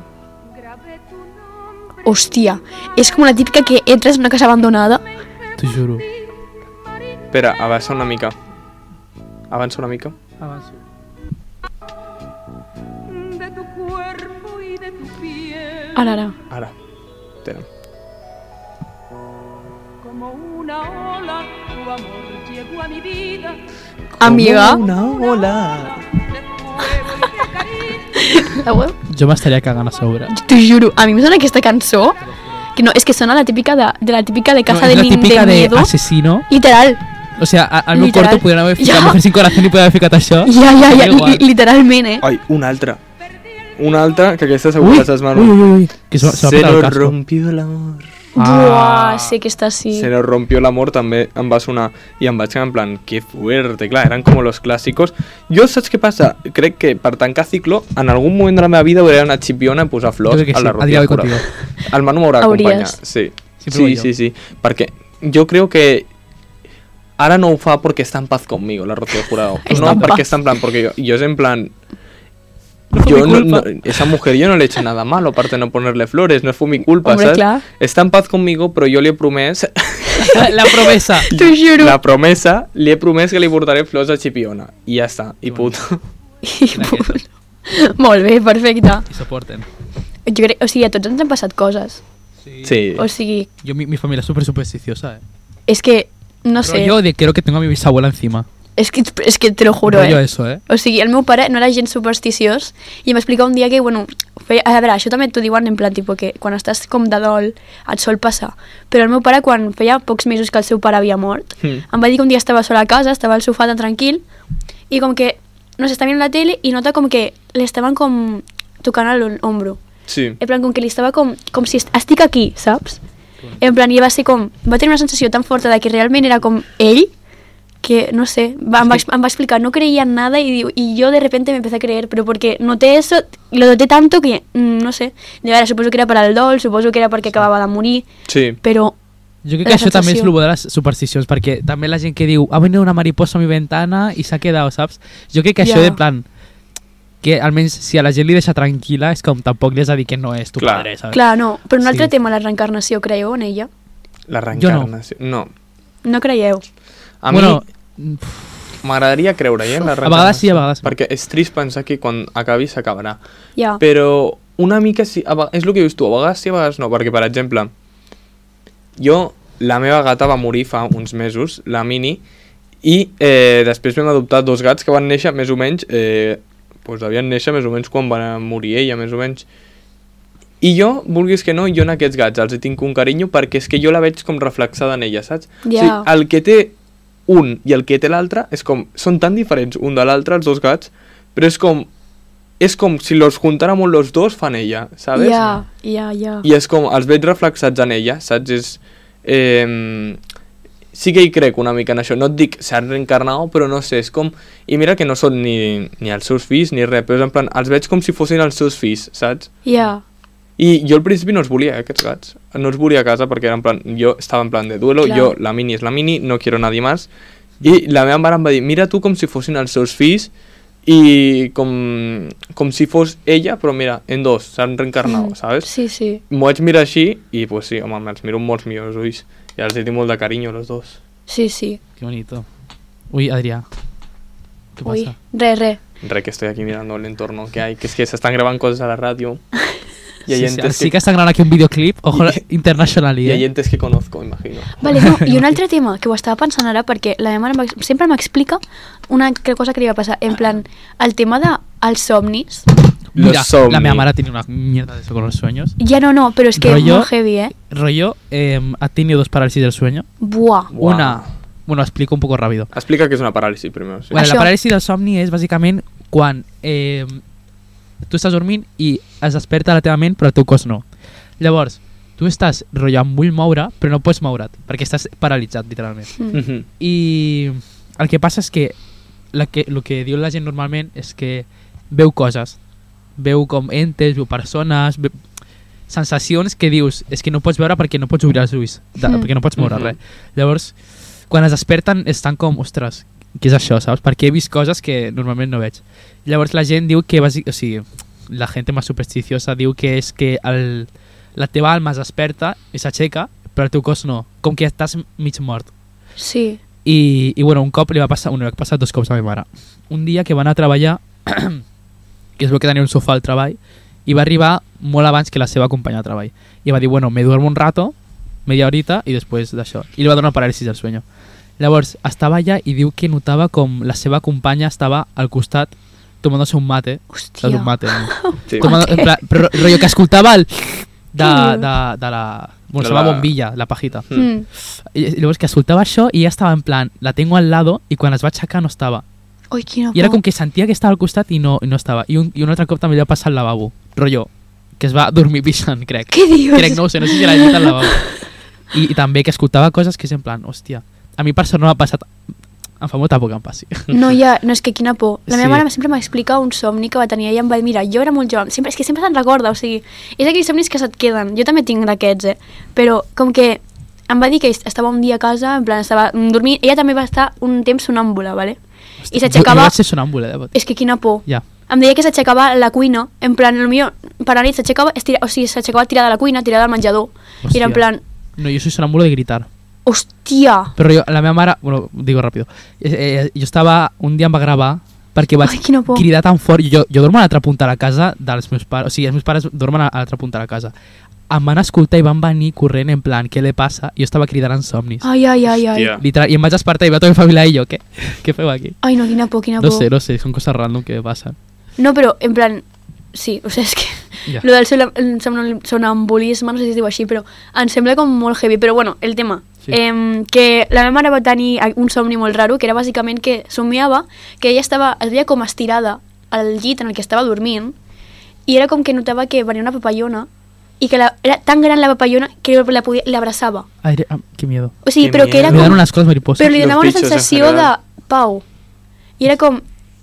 Speaker 3: Hòstia, és com la típica que entres en una casa abandonada.
Speaker 4: T'ho juro.
Speaker 1: Espera, avanza una mica. Avanza una mica.
Speaker 5: de tu cuerpo y de tu piel
Speaker 3: Ara, ara.
Speaker 1: Ahora. Espera.
Speaker 5: como una ola tu amor llegó a mi vida
Speaker 3: Amiga.
Speaker 5: de fuego y de cariño
Speaker 3: La web?
Speaker 4: Jo m'estaria cagant a sobre.
Speaker 3: T'ho juro, a mi em sona aquesta cançó que no, és que sona la típica de, de la típica de casa
Speaker 4: es
Speaker 3: de,
Speaker 4: la
Speaker 3: nin-
Speaker 4: típica
Speaker 3: de
Speaker 4: de, Ah,
Speaker 3: miedo.
Speaker 4: asesino.
Speaker 3: Literal,
Speaker 4: O sea, a- al meu
Speaker 3: Literal.
Speaker 4: corto podrien haver ficat
Speaker 3: Ja.
Speaker 4: Mujer sin corazón i podrien haver ficat això.
Speaker 3: ja, ja, ja,
Speaker 4: Ah, Igual.
Speaker 3: li, literalment, eh?
Speaker 1: Ay, una altra. Una altra que aquesta segur
Speaker 4: Ui,
Speaker 1: que estàs
Speaker 4: ui,
Speaker 1: mano.
Speaker 4: ui, ui, que se, va- se va
Speaker 1: se
Speaker 4: petar el
Speaker 1: nos
Speaker 4: casco.
Speaker 1: rompió el amor.
Speaker 4: Ah.
Speaker 3: Buah, sé que està sí.
Speaker 1: Se nos rompió el amor també em va sonar i em vaig quedar en plan, que fuerte, clar, eren com los clàssicos. Jo saps què passa? Crec que per tancar ciclo, en algun moment de la meva vida hauré una xipiona a posar flors
Speaker 4: Jo crec que
Speaker 1: a la
Speaker 4: sí.
Speaker 1: Rocío
Speaker 4: Adrià, voy
Speaker 1: Jurado. El Manu m'haurà d'acompanyar.
Speaker 3: Hauries.
Speaker 1: Sí, sí,
Speaker 4: Sempre ho
Speaker 1: sí,
Speaker 4: vaig
Speaker 1: sí,
Speaker 4: jo.
Speaker 1: sí, perquè jo crec que ara no ho fa perquè està en paz conmigo, la Rocío Jurado.
Speaker 3: <laughs> Está
Speaker 1: no,
Speaker 3: en
Speaker 1: perquè
Speaker 3: paz.
Speaker 1: està en plan, perquè jo, jo és en plan,
Speaker 4: No fue
Speaker 1: Yo
Speaker 4: mi
Speaker 1: no-
Speaker 4: culpa.
Speaker 1: no- esa mujer yo no le he hecho nada malo, aparte de no ponerle flores, no fue mi culpa,
Speaker 3: Hombre,
Speaker 1: ¿sabes?
Speaker 3: claro.
Speaker 1: Está en paz conmigo, pero yo le prometo
Speaker 3: <laughs>
Speaker 4: <laughs> La promesa.
Speaker 3: T'ho juro.
Speaker 1: la promesa, le he promeso que le portaré flores a Chipiona. Y ya está, y puto.
Speaker 3: <laughs> I punt. Molt bé, perfecte.
Speaker 4: I soporten.
Speaker 3: Jo crec, o sigui, a tots ens han passat coses.
Speaker 1: Sí.
Speaker 3: O sigui,
Speaker 4: Yo, mi, mi familia es súper supersticiosa, eh.
Speaker 3: és que, no
Speaker 4: Pero
Speaker 3: sé,
Speaker 4: yo de- creo que tengo a mi bisabuela encima.
Speaker 3: és que, és que te lo juro,
Speaker 4: Rollo
Speaker 3: eh?
Speaker 4: eso, eh.
Speaker 3: O sigui, el meu pare no era gens supersticiós i em va explicar un dia que, bueno, feia, a veure, això també t'ho diuen en plan, tipo, que quan estàs com de dol et sol passar. Però el meu pare, quan feia pocs mesos que el seu pare havia mort,
Speaker 1: Mm.
Speaker 3: em va dir que un dia estava sola a casa, estava al sofà tan tranquil, i com que, no sé, està mirant la tele i nota com que li estaven com tocant el hombro.
Speaker 1: Sí.
Speaker 3: En plan, com que li estava com, com si est- estic aquí, saps? En plan, i va ser com, va tenir una sensació tan forta de que realment era com ell, que no sé, va, em, va, em va explicar, no creía en nada y, digo- y yo de repente me empecé a creer, pero porque noté eso, lo noté tanto que, mm, no sé, de verdad, suposo que era para el dol, suposo que era porque acababa de morir,
Speaker 1: Sí.
Speaker 3: pero
Speaker 4: Jo crec
Speaker 3: La
Speaker 4: que això també és
Speaker 3: sensació.
Speaker 4: el de les supersticions, perquè també la gent que diu ha venit una mariposa a mi ventana i s'ha quedat, saps? Jo crec que
Speaker 3: Ja.
Speaker 4: això de plan que almenys si a la gent li deixa tranquil·la és com tampoc li has de dir que no és tu
Speaker 1: Clar.
Speaker 4: padre, saps?
Speaker 3: claro, no, pero un
Speaker 4: Ah. Sí.
Speaker 3: altre tema, la reencarnació, creieu en ella?
Speaker 1: La
Speaker 4: Yo no.
Speaker 1: reencarnación. No.
Speaker 3: No creieu.
Speaker 1: A mí
Speaker 4: bueno,
Speaker 1: m'agradaria creure eh, en la
Speaker 4: A
Speaker 1: reencarnació.
Speaker 4: vegades sí, a vegades no.
Speaker 1: Perquè és trist pensar que quan acabi s'acabarà.
Speaker 3: Ja.
Speaker 1: Però una mica sí, a ve- és el que dius tu, a vegades sí, a vegades no, perquè per exemple, jo, la meva gata va morir fa uns mesos, la Mini, i eh, després vam adoptar dos gats que van néixer més o menys, eh, doncs devien néixer més o menys quan va morir ella, més o menys. I jo, vulguis que no, jo en aquests gats els hi tinc un carinyo perquè és que jo la veig com reflexada en ella, saps? O sigui,
Speaker 3: Ja.
Speaker 1: el que té un i el que té l'altre és com, són tan diferents un de l'altre, els dos gats, però és com, és com si los juntáramos los dos fan ella, ¿sabes?
Speaker 3: Ja, ja, ja.
Speaker 1: I és com, els veig reflexats en ella, saps? És, eh, sí que hi crec una mica en això. No et dic s'han reencarnat, però no sé, és com... I mira que no són ni, ni els seus fills ni res, però és en plan, els veig com si fossin els seus fills, saps?
Speaker 3: Ja.
Speaker 1: I jo al principi no els volia, eh, aquests gats. No els volia a casa perquè era en plan, jo estava en plan de duelo,
Speaker 3: Clar.
Speaker 1: jo, la mini és la mini, no quiero nadie más. I la meva mare em va dir, mira tu com si fossin els seus fills i com, com si fos ella, però mira, en dos, s'han reencarnat,
Speaker 3: Mm,
Speaker 1: saps?
Speaker 3: Sí, sí.
Speaker 1: M'ho vaig mirar així i, pues sí, home, me'ls miro amb molts millors ulls. I els he tinc molt de carinyo, els dos.
Speaker 3: Sí, sí.
Speaker 4: que bonito. Ui, Adrià, Què
Speaker 3: Ui,
Speaker 4: passa?
Speaker 3: re, re.
Speaker 1: Re que estoy aquí mirando el entorno que hay, que es que se están grabando cosas a la
Speaker 4: <laughs>
Speaker 1: radio. Y hay
Speaker 4: Sí, sí,
Speaker 1: entes
Speaker 4: sí
Speaker 1: que,
Speaker 4: que estan gravant aquí un videoclip, ojo,
Speaker 1: <laughs>
Speaker 4: internacional,
Speaker 1: y
Speaker 4: eh?
Speaker 1: hay entes que conozco, imagino.
Speaker 3: Vale, no, i
Speaker 4: <laughs>
Speaker 3: un altre tema que ho estava pensant ara perquè la meva mare m'ex- sempre m'explica una que- cosa que li va passar, en plan, el tema dels els somnis.
Speaker 1: Los
Speaker 4: Mira, la
Speaker 1: Somni.
Speaker 4: meva mare tiene una mierda de eso con los sueños.
Speaker 3: Ja no, no, però és que és
Speaker 4: Rollo-
Speaker 3: molt heavy, eh?
Speaker 4: Rollo, em, ha tenido dos parálisis del sueño.
Speaker 3: Buah.
Speaker 1: Buah.
Speaker 4: Una, bueno, explico un poco rápido.
Speaker 1: Explica que es una parálisis primero. sí.
Speaker 4: Bueno,
Speaker 3: Això.
Speaker 4: la paràlisi del somni és bàsicament quan eh, tu estàs dormint i es desperta la teva ment però el teu cos no. Llavors, tu estàs rotllo amb ull moure però no pots moure't perquè estàs paralitzat literalment.
Speaker 3: Mm.
Speaker 1: Ujú.
Speaker 4: I el que passa és que la que, el que diu la gent normalment és que veu coses, veu com entes, veu persones, veu sensacions que dius és que no pots veure perquè no pots obrir els ulls, de,
Speaker 3: Mm.
Speaker 4: perquè no pots moure
Speaker 1: Mhm.
Speaker 4: res. Llavors, quan es desperten estan com, ostres, què és això, saps? Perquè he vist coses que normalment no veig. Llavors la gent diu que, bàsic, o sigui, la gent més supersticiosa diu que és que el, la teva alma es desperta i s'aixeca, però el teu cos no, com que estàs mig mort.
Speaker 3: Sí.
Speaker 4: I, i bueno, un cop li va passar, bueno, li va passar dos cops a la meva mare. Un dia que va anar a treballar, <clears throat> que es veu que tenia un sofà al treball, i va arribar molt abans que la seva companya de treball. I va dir, bueno, me duermo un rato, media horita, i després d'això. I li va donar paràlisi del sueño. Llavors, estava allà i diu que notava com la seva companya estava al costat tomant-se un mate.
Speaker 3: Hòstia.
Speaker 4: Saps, un mate? no?
Speaker 1: Sí.
Speaker 4: Tomando, en plan, però, rotllo, que escoltava el... De,
Speaker 3: dius?
Speaker 4: de, de la...
Speaker 1: De
Speaker 4: Bueno, se la...
Speaker 1: la-
Speaker 4: bombilla, la pajita.
Speaker 3: Mm.
Speaker 4: I llavors que escoltava això i ja estava en plan, la tengo al lado i quan es va aixecar no estava.
Speaker 3: Ui, quina por.
Speaker 4: I era com que sentia que estava al costat i no, i no estava. I un, I un altre cop també li va passar al lavabo. Rollo, que es va dormir pixant, crec.
Speaker 3: <laughs> Què dius?
Speaker 4: Crec, no ho sé, no sé si era llit al
Speaker 3: <laughs>
Speaker 4: lavabo. I, I també que escoltava coses que és en plan, hòstia, a mi per sort no m'ha passat... Em fa molta por que em passi.
Speaker 3: No,
Speaker 4: <laughs>
Speaker 3: ja, no, és que quina por. La meva
Speaker 4: Sí.
Speaker 3: mare sempre m'explica un somni que va tenir i em va dir, mira, jo era molt jove, sempre, és que sempre te'n recorda, o sigui, és aquells somnis que se't queden, jo també tinc d'aquests, eh? Però com que em va dir que estava un dia a casa, en plan, estava mm, dormint, ella també va estar un temps sonàmbula, vale? I
Speaker 4: Jo, jo
Speaker 3: s'aixecava...
Speaker 4: vaig ser sonàmbula, eh?
Speaker 3: És que quina por.
Speaker 4: Ja.
Speaker 3: Em deia que s'aixecava a la cuina, en plan, potser per la nit s'aixecava, estira- o sigui, s'aixecava tirada a la cuina, tirada al menjador. I era
Speaker 4: Hòstia.
Speaker 3: en plan,
Speaker 4: No, jo soy sonàmbula de gritar.
Speaker 3: hòstia,
Speaker 4: Però jo, la meva mare, bueno, digo ràpido, eh, eh, jo estava, un dia em va gravar perquè vaig
Speaker 3: Ai, quina por.
Speaker 4: cridar tan fort, jo, jo dormo a l'altra punta de la casa dels meus pares, o sigui, els meus pares dormen a l'altra punta de la casa. Em van escoltar i van venir corrent en plan, què li passa? I jo estava cridant en somnis.
Speaker 3: ai, ai, ai, ai.
Speaker 1: Hòstia.
Speaker 4: Literal, i em vaig despertar i va tota la meva família i jo, què? Què feu aquí?
Speaker 3: Ai, no, quina por, quina por.
Speaker 4: No sé, no sé, són coses random que passen.
Speaker 3: No, però en plan, sí, o sigui, <laughs> és que
Speaker 4: Ja.
Speaker 3: yeah. lo del sola- el somnol- sonambulisme, no sé si es diu així, però em sembla com molt heavy, però bueno, el tema, sí.
Speaker 4: Sí.
Speaker 3: eh, que la meva mare va tenir un somni molt raro, que era bàsicament que somiava que ella estava, es veia com estirada al llit en el que estava dormint, i era com que notava que venia una papallona, i que la, era tan gran la papallona que la, podia, la abraçava.
Speaker 4: Ai, ah, que miedo.
Speaker 3: O sigui,
Speaker 1: Que
Speaker 3: però que era
Speaker 4: Em
Speaker 1: miedo.
Speaker 3: com...
Speaker 4: dan unes coses mariposas.
Speaker 3: Però li
Speaker 1: Los
Speaker 3: donava una
Speaker 1: bichos en
Speaker 3: sensació de
Speaker 1: general.
Speaker 3: pau. I era com,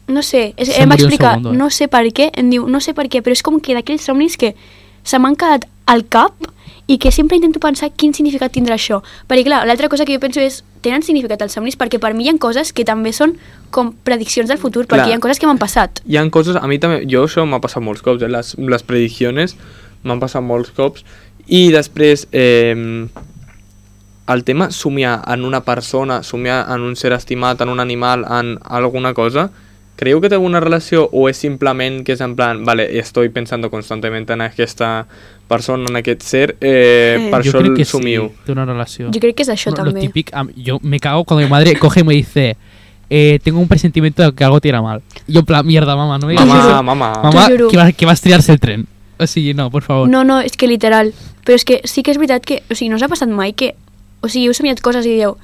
Speaker 3: no sé, és,
Speaker 4: Se
Speaker 3: em va
Speaker 4: murió un
Speaker 3: explicar,
Speaker 4: segundo, eh?
Speaker 3: no sé per què, em diu, no sé per què, però és com que d'aquells somnis que se m'han quedat al cap i que sempre intento pensar quin significat tindrà això. Perquè, clar, l'altra cosa que jo penso és, tenen significat els somnis? Perquè per mi hi ha coses que també són com prediccions del futur,
Speaker 1: Clar.
Speaker 3: perquè hi ha coses que m'han passat.
Speaker 1: hi han coses, a mi també, jo això m'ha passat molts cops, eh? les, les prediccions m'han passat molts cops, i després eh, el tema somiar en una persona, somiar en un ser estimat, en un animal, en alguna cosa, creieu que té alguna relació o és simplement que és en plan, vale, estoy pensando constantemente en aquesta persona, en aquest ser, eh,
Speaker 3: Eh,
Speaker 1: per
Speaker 4: Yo
Speaker 1: això
Speaker 4: creo
Speaker 1: el
Speaker 4: que
Speaker 1: somiu.
Speaker 4: sí, té una relació.
Speaker 3: Jo crec que és això
Speaker 4: Bueno, Lo
Speaker 3: també.
Speaker 4: típico, a mí- yo me cago cuando mi madre coge y me dice, eh, tengo un presentimiento de que algo tira mal. Yo en plan, mierda, mamá, no me digas
Speaker 3: Mamá,
Speaker 4: eso.
Speaker 1: Mamá, mamá.
Speaker 4: Mamá,
Speaker 3: Te juro.
Speaker 4: que va, que va a estrellarse el tren. Así, no, por favor.
Speaker 3: No, no, és que literal. Però és que sí que és veritat que, o sigui, no us ha passat mai que, o sigui, heu somiat coses i dieu,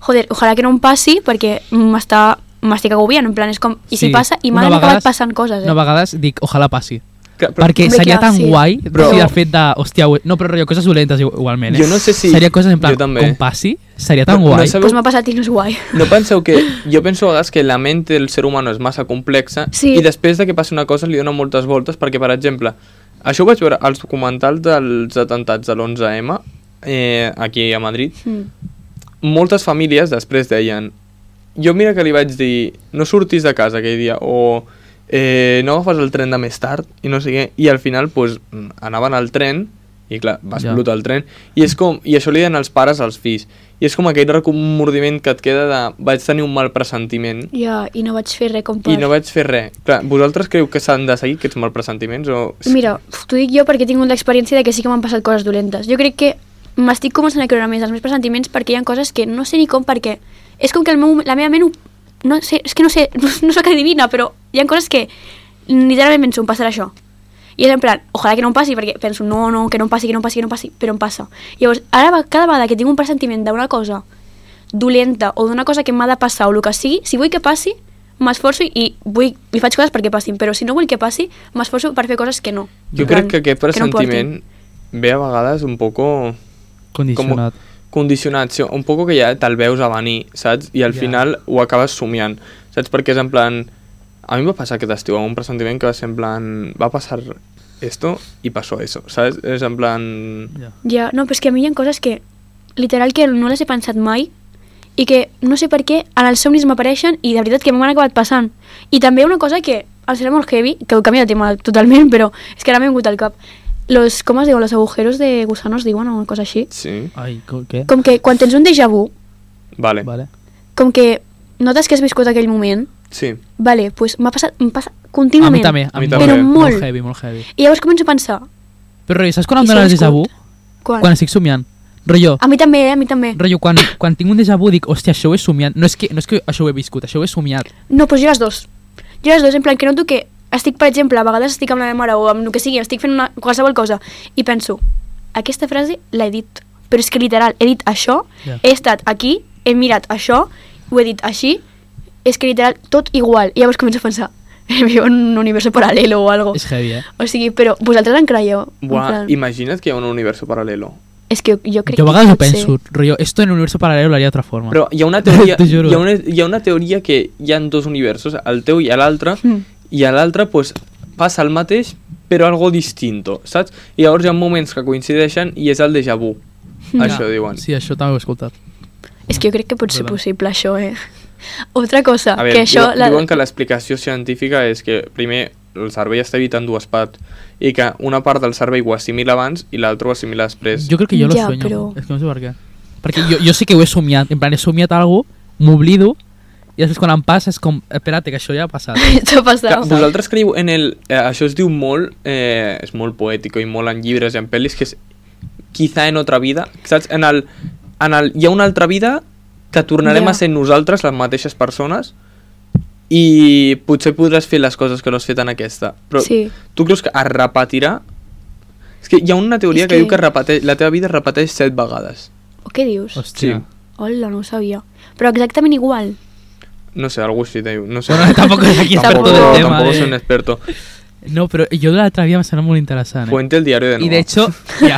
Speaker 3: joder, ojalà que no em passi perquè m'està m'estic agobiant, en plan, és com, i si passa, i m'han
Speaker 4: una
Speaker 3: acabat
Speaker 4: vegades-
Speaker 3: passant coses, eh?
Speaker 4: No, a vegades dic, ojalà passi.
Speaker 1: Que- però-
Speaker 4: Perquè
Speaker 3: Hombre,
Speaker 4: seria
Speaker 3: clar,
Speaker 4: tan
Speaker 3: sí.
Speaker 4: guai
Speaker 1: Però-
Speaker 4: si el fet de... Hòstia, ui- no, però rotllo, coses dolentes igu- igualment, eh?
Speaker 1: Jo no sé si-
Speaker 4: Seria coses en plan,
Speaker 1: jo també.
Speaker 4: com passi, seria tan
Speaker 1: No- no
Speaker 4: guai.
Speaker 1: sab-
Speaker 3: pues m'ha passat i no és guai.
Speaker 1: No penseu que... Jo penso a vegades que la ment del ser humano és massa complexa
Speaker 3: Sí.
Speaker 1: i després de que passi una cosa li dona moltes voltes perquè, per exemple, això ho vaig veure als documentals dels atemptats de l'11M eh, aquí a Madrid.
Speaker 3: <laughs> Mm.
Speaker 1: Moltes famílies després deien jo mira que li vaig dir no surtis de casa aquell dia o eh, no agafes el tren de més tard i no sé què, i al final pues, anaven al tren i clar, va
Speaker 4: Ja.
Speaker 1: explotar el tren i, és com, i això li deien els pares als fills i és com aquell remordiment que et queda de vaig tenir un mal pressentiment
Speaker 3: Ja, i no vaig fer res com per...
Speaker 1: i no vaig fer res. Clar, vosaltres creu que s'han de seguir aquests mal pressentiments o...
Speaker 3: Mira, uf, t'ho dic jo perquè he tingut l'experiència de que sí que m'han passat coses dolentes. Jo crec que m'estic començant a creure més els meus pressentiments perquè hi ha coses que no sé ni com perquè... És com que el meu, la meva ment... ho- No sé, és que no sé, <laughs> no, no sóc adivina, però hi ha coses que literalment penso, em passarà això. I és en plan, ojalà que no em passi, perquè penso, no, no, que no em passi, que no em passi, que no em passi, però em passa. Llavors, ara va- cada vegada que tinc un pressentiment d'una cosa dolenta o d'una cosa que m'ha de passar o el que sigui, si vull que passi, m'esforço i, vull, i faig coses perquè passin, però si no vull que passi, m'esforço per fer coses que no.
Speaker 1: Jo
Speaker 3: En
Speaker 1: crec
Speaker 3: plan,
Speaker 1: que aquest
Speaker 3: no portin.
Speaker 1: pressentiment ve a vegades un poco...
Speaker 4: Condicionat.
Speaker 1: condicionat, sí, un poco que ja te'l veus a venir, saps? I al
Speaker 4: Ja.
Speaker 1: final ho acabes somiant, saps? Perquè és en plan... A mi em va passar aquest estiu amb un pressentiment que va ser en plan... Va passar esto i passó eso, saps? És en plan...
Speaker 4: Ja.
Speaker 3: Ja, no, però és que a mi hi ha coses que, literal, que no les he pensat mai i que no sé per què en els somnis m'apareixen i de veritat que m'han acabat passant. I també una cosa que al ser molt heavy, que ho canvia de tema totalment, <laughs> però és que ara m'he vingut al cap. Los, com es diuen, los agujeros de gusanos, diuen o una cosa així.
Speaker 1: Sí,
Speaker 4: Ai, co- què?
Speaker 3: Com que quan tens un déjà vu,
Speaker 1: vale.
Speaker 4: Vale.
Speaker 3: com que notes que has viscut aquell moment,
Speaker 1: Sí,
Speaker 3: vale, pues m'ha passat, em passa
Speaker 4: A mi
Speaker 3: contínuament.
Speaker 4: també, a mi també.
Speaker 1: Però
Speaker 3: molt.
Speaker 4: Molt heavy, molt heavy.
Speaker 3: I llavors començo a pensar,
Speaker 4: Però rotllo, saps quan
Speaker 3: I
Speaker 4: em dóna el
Speaker 3: s'ha
Speaker 4: déjà vu?
Speaker 3: quan?
Speaker 4: Quan estic somiant. Rotllo, <laughs>
Speaker 3: A mi també, eh, a mi també.
Speaker 4: rotllo quan, quan tinc un déjà vu dic, hòstia, això ho he somiat. No és, que, no és que això ho he viscut, això ho he somiat.
Speaker 3: No, doncs jo les dos. Jo les dos, en plan, que noto que estic, per exemple, a vegades estic amb la meva mare o amb el que sigui, estic fent una, qualsevol cosa, i penso, aquesta frase l'he dit, però és que literal, he dit això,
Speaker 4: Ja.
Speaker 3: he estat aquí, he mirat això, ho he dit així, és que literal, tot igual. I llavors començo a pensar, <laughs> viu en un univers paral·lel o algo.
Speaker 4: És heavy, eh?
Speaker 3: O sigui, però vosaltres en creieu? En
Speaker 1: Buah,
Speaker 3: plan,
Speaker 1: imagina't que hi ha un universo paral·lelo.
Speaker 3: És que jo crec
Speaker 4: Jo a
Speaker 3: que
Speaker 4: vegades ho
Speaker 3: potser-
Speaker 4: penso, rotllo, esto en un universo paral·lelo lo haría de otra forma.
Speaker 1: Però hi ha una
Speaker 4: <laughs>
Speaker 1: teoria,
Speaker 4: T'ho juro.
Speaker 1: hi ha una, hi ha una teoria que hi ha dos universos, el teu i a l'altre,
Speaker 3: Mm.
Speaker 1: i a l'altre pues, passa el mateix però algo distinto, saps? I llavors hi ha moments que coincideixen i és el déjà vu.
Speaker 3: Hmm.
Speaker 4: Ja.
Speaker 1: Això diuen.
Speaker 4: Sí, això també ho he escoltat.
Speaker 3: És que jo crec que pot ser
Speaker 4: Perdona.
Speaker 3: possible això, eh? <laughs> Otra cosa,
Speaker 1: A veure,
Speaker 3: que això...
Speaker 1: diuen, diuen
Speaker 3: <laughs>
Speaker 1: que l'explicació científica és que primer el cervell està evitant dues parts i que una part del cervell ho assimila abans i l'altra ho assimila després.
Speaker 4: Jo crec que jo lo
Speaker 3: Ja,
Speaker 4: sueño.
Speaker 3: però-
Speaker 4: És que no sé per què. Perquè jo, jo sí que ho he somiat. En plan, he somiat algo, m'oblido, i després quan em passa és com, espérate, que això ja ha passat.
Speaker 3: Això ha
Speaker 1: Clar,
Speaker 3: passat.
Speaker 1: vosaltres creieu en el... Eh, això es diu molt... Eh, és molt poètic i molt en llibres i en pel·lis, que és quizá en otra vida, saps? En el, en el, hi ha una altra vida que tornarem
Speaker 3: Ja.
Speaker 1: a ser nosaltres, les mateixes persones, i potser podràs fer les coses que no has fet en aquesta. Però
Speaker 3: Sí.
Speaker 1: tu creus que es repetirà? És que hi ha una teoria
Speaker 3: És
Speaker 1: que, que diu
Speaker 3: que-
Speaker 1: que repeteix, la teva vida es repeteix set vegades.
Speaker 3: O què dius?
Speaker 4: Hòstia. <laughs>
Speaker 1: Sí.
Speaker 3: Hola, no ho sabia. Però exactament igual.
Speaker 1: No sé, algú així diu. No sé.
Speaker 4: Bueno, tampoco
Speaker 1: <laughs>
Speaker 4: es aquí
Speaker 1: tampoco,
Speaker 4: experto del tema,
Speaker 1: tampoco
Speaker 4: eh.
Speaker 1: soy un experto.
Speaker 4: No, però jo de l'altre dia em sembla molt interessant. Eh?
Speaker 1: Fuente el diario de
Speaker 4: I
Speaker 1: Noah.
Speaker 4: de hecho,
Speaker 1: <laughs>
Speaker 4: ya.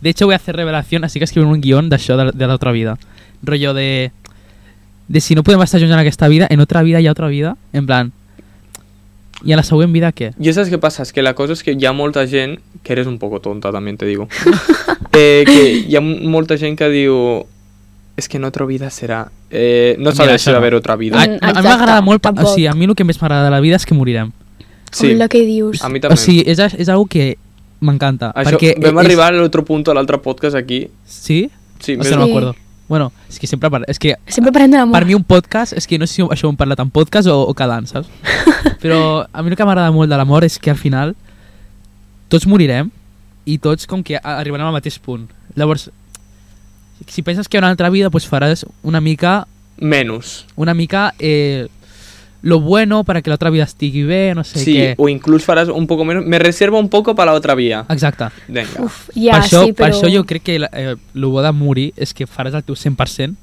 Speaker 4: De hecho voy a hacer revelación, así que escribir un guión de això de, de la otra vida. Rollo de... De si no podem estar junts en aquesta vida, en otra vida hi ha otra vida. En plan... I a la següent vida què?
Speaker 1: Jo saps què passa? És que la cosa és que hi ha molta gent, que eres un poco tonta, també te
Speaker 3: <laughs>
Speaker 1: digo, eh, que hi ha molta gent que diu és que en otra vida serà... Eh, no
Speaker 4: Mira,
Speaker 1: sabes si
Speaker 4: això
Speaker 1: va
Speaker 4: no.
Speaker 1: haver otra vida.
Speaker 4: A, a,
Speaker 3: Mm,
Speaker 4: a mi
Speaker 3: exacte,
Speaker 4: m'agrada molt... pa- O
Speaker 3: tampoc.
Speaker 4: sigui, a mi el que més m'agrada de la vida és que morirem.
Speaker 1: Sí,
Speaker 3: Hola, què dius?
Speaker 1: a mi
Speaker 4: O
Speaker 1: també.
Speaker 4: sigui, és, és algo que m'encanta.
Speaker 1: Això,
Speaker 4: perquè
Speaker 1: vam
Speaker 4: és-
Speaker 1: arribar a l'altre punt a l'altre podcast aquí.
Speaker 4: Sí?
Speaker 1: Sí,
Speaker 4: O
Speaker 1: més-
Speaker 4: sigui, no
Speaker 3: Sí.
Speaker 4: m'acuerdo. Bueno, és que sempre... par- És que
Speaker 3: Sempre parlem de l'amor.
Speaker 4: Per mi un podcast, és que no sé si això ho hem parlat en podcast o, o quedant, saps?
Speaker 3: <laughs>
Speaker 4: Però a mi el que m'agrada molt de l'amor és que al final tots morirem i tots com que a- arribarem al mateix punt. Llavors, si penses que hi ha una altra vida, doncs faràs una mica,
Speaker 1: Menys.
Speaker 4: una mica eh, lo bueno para que la otra vida estigui bé, no sé
Speaker 1: Sí,
Speaker 4: què.
Speaker 1: o inclús faràs un poco menos... Me reservo un poco para la otra vía.
Speaker 4: Exacte.
Speaker 1: Venga.
Speaker 3: Uf, ja,
Speaker 4: per, això,
Speaker 3: sí, però...
Speaker 4: per això jo crec que la- eh, el bo de morir és que faràs el teu 100%,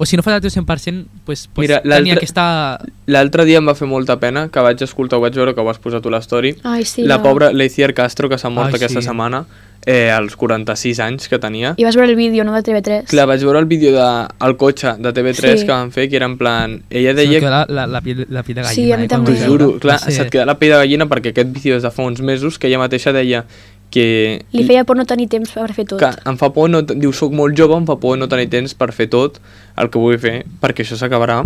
Speaker 4: o si no fas el teu 100%, pues, pues
Speaker 1: Mira,
Speaker 4: tenir
Speaker 1: l'altre-
Speaker 4: doncs, aquesta...
Speaker 1: L'altre dia em va fer molta pena que vaig escoltar, ho vaig veure que ho has posat tu a la story.
Speaker 3: Ai, sí,
Speaker 1: la
Speaker 3: no.
Speaker 1: pobra Leicier Castro, que s'ha mort
Speaker 4: Ai,
Speaker 1: aquesta
Speaker 4: sí.
Speaker 1: setmana, eh, als 46 anys que tenia.
Speaker 3: I vas veure el vídeo, no, de TV3?
Speaker 1: Clar, vaig veure el vídeo de El cotxe de TV3
Speaker 3: Sí.
Speaker 1: que van fer, que era en plan... Ella
Speaker 4: Se'm
Speaker 1: deia...
Speaker 4: queda la, la, la, piel, la piel de
Speaker 3: Sí,
Speaker 4: gallina.
Speaker 3: a mi
Speaker 4: eh, quan
Speaker 3: també.
Speaker 1: T'ho
Speaker 4: ho veig.
Speaker 1: juro, clar,
Speaker 4: Va ser-
Speaker 1: se't queda la pell de gallina perquè aquest vídeo és de fa uns mesos que ella mateixa deia que...
Speaker 3: Li feia por no tenir temps per fer tot.
Speaker 1: que em fa por, no, diu, soc molt jove, em fa por no tenir temps per fer tot el que vull fer, perquè això s'acabarà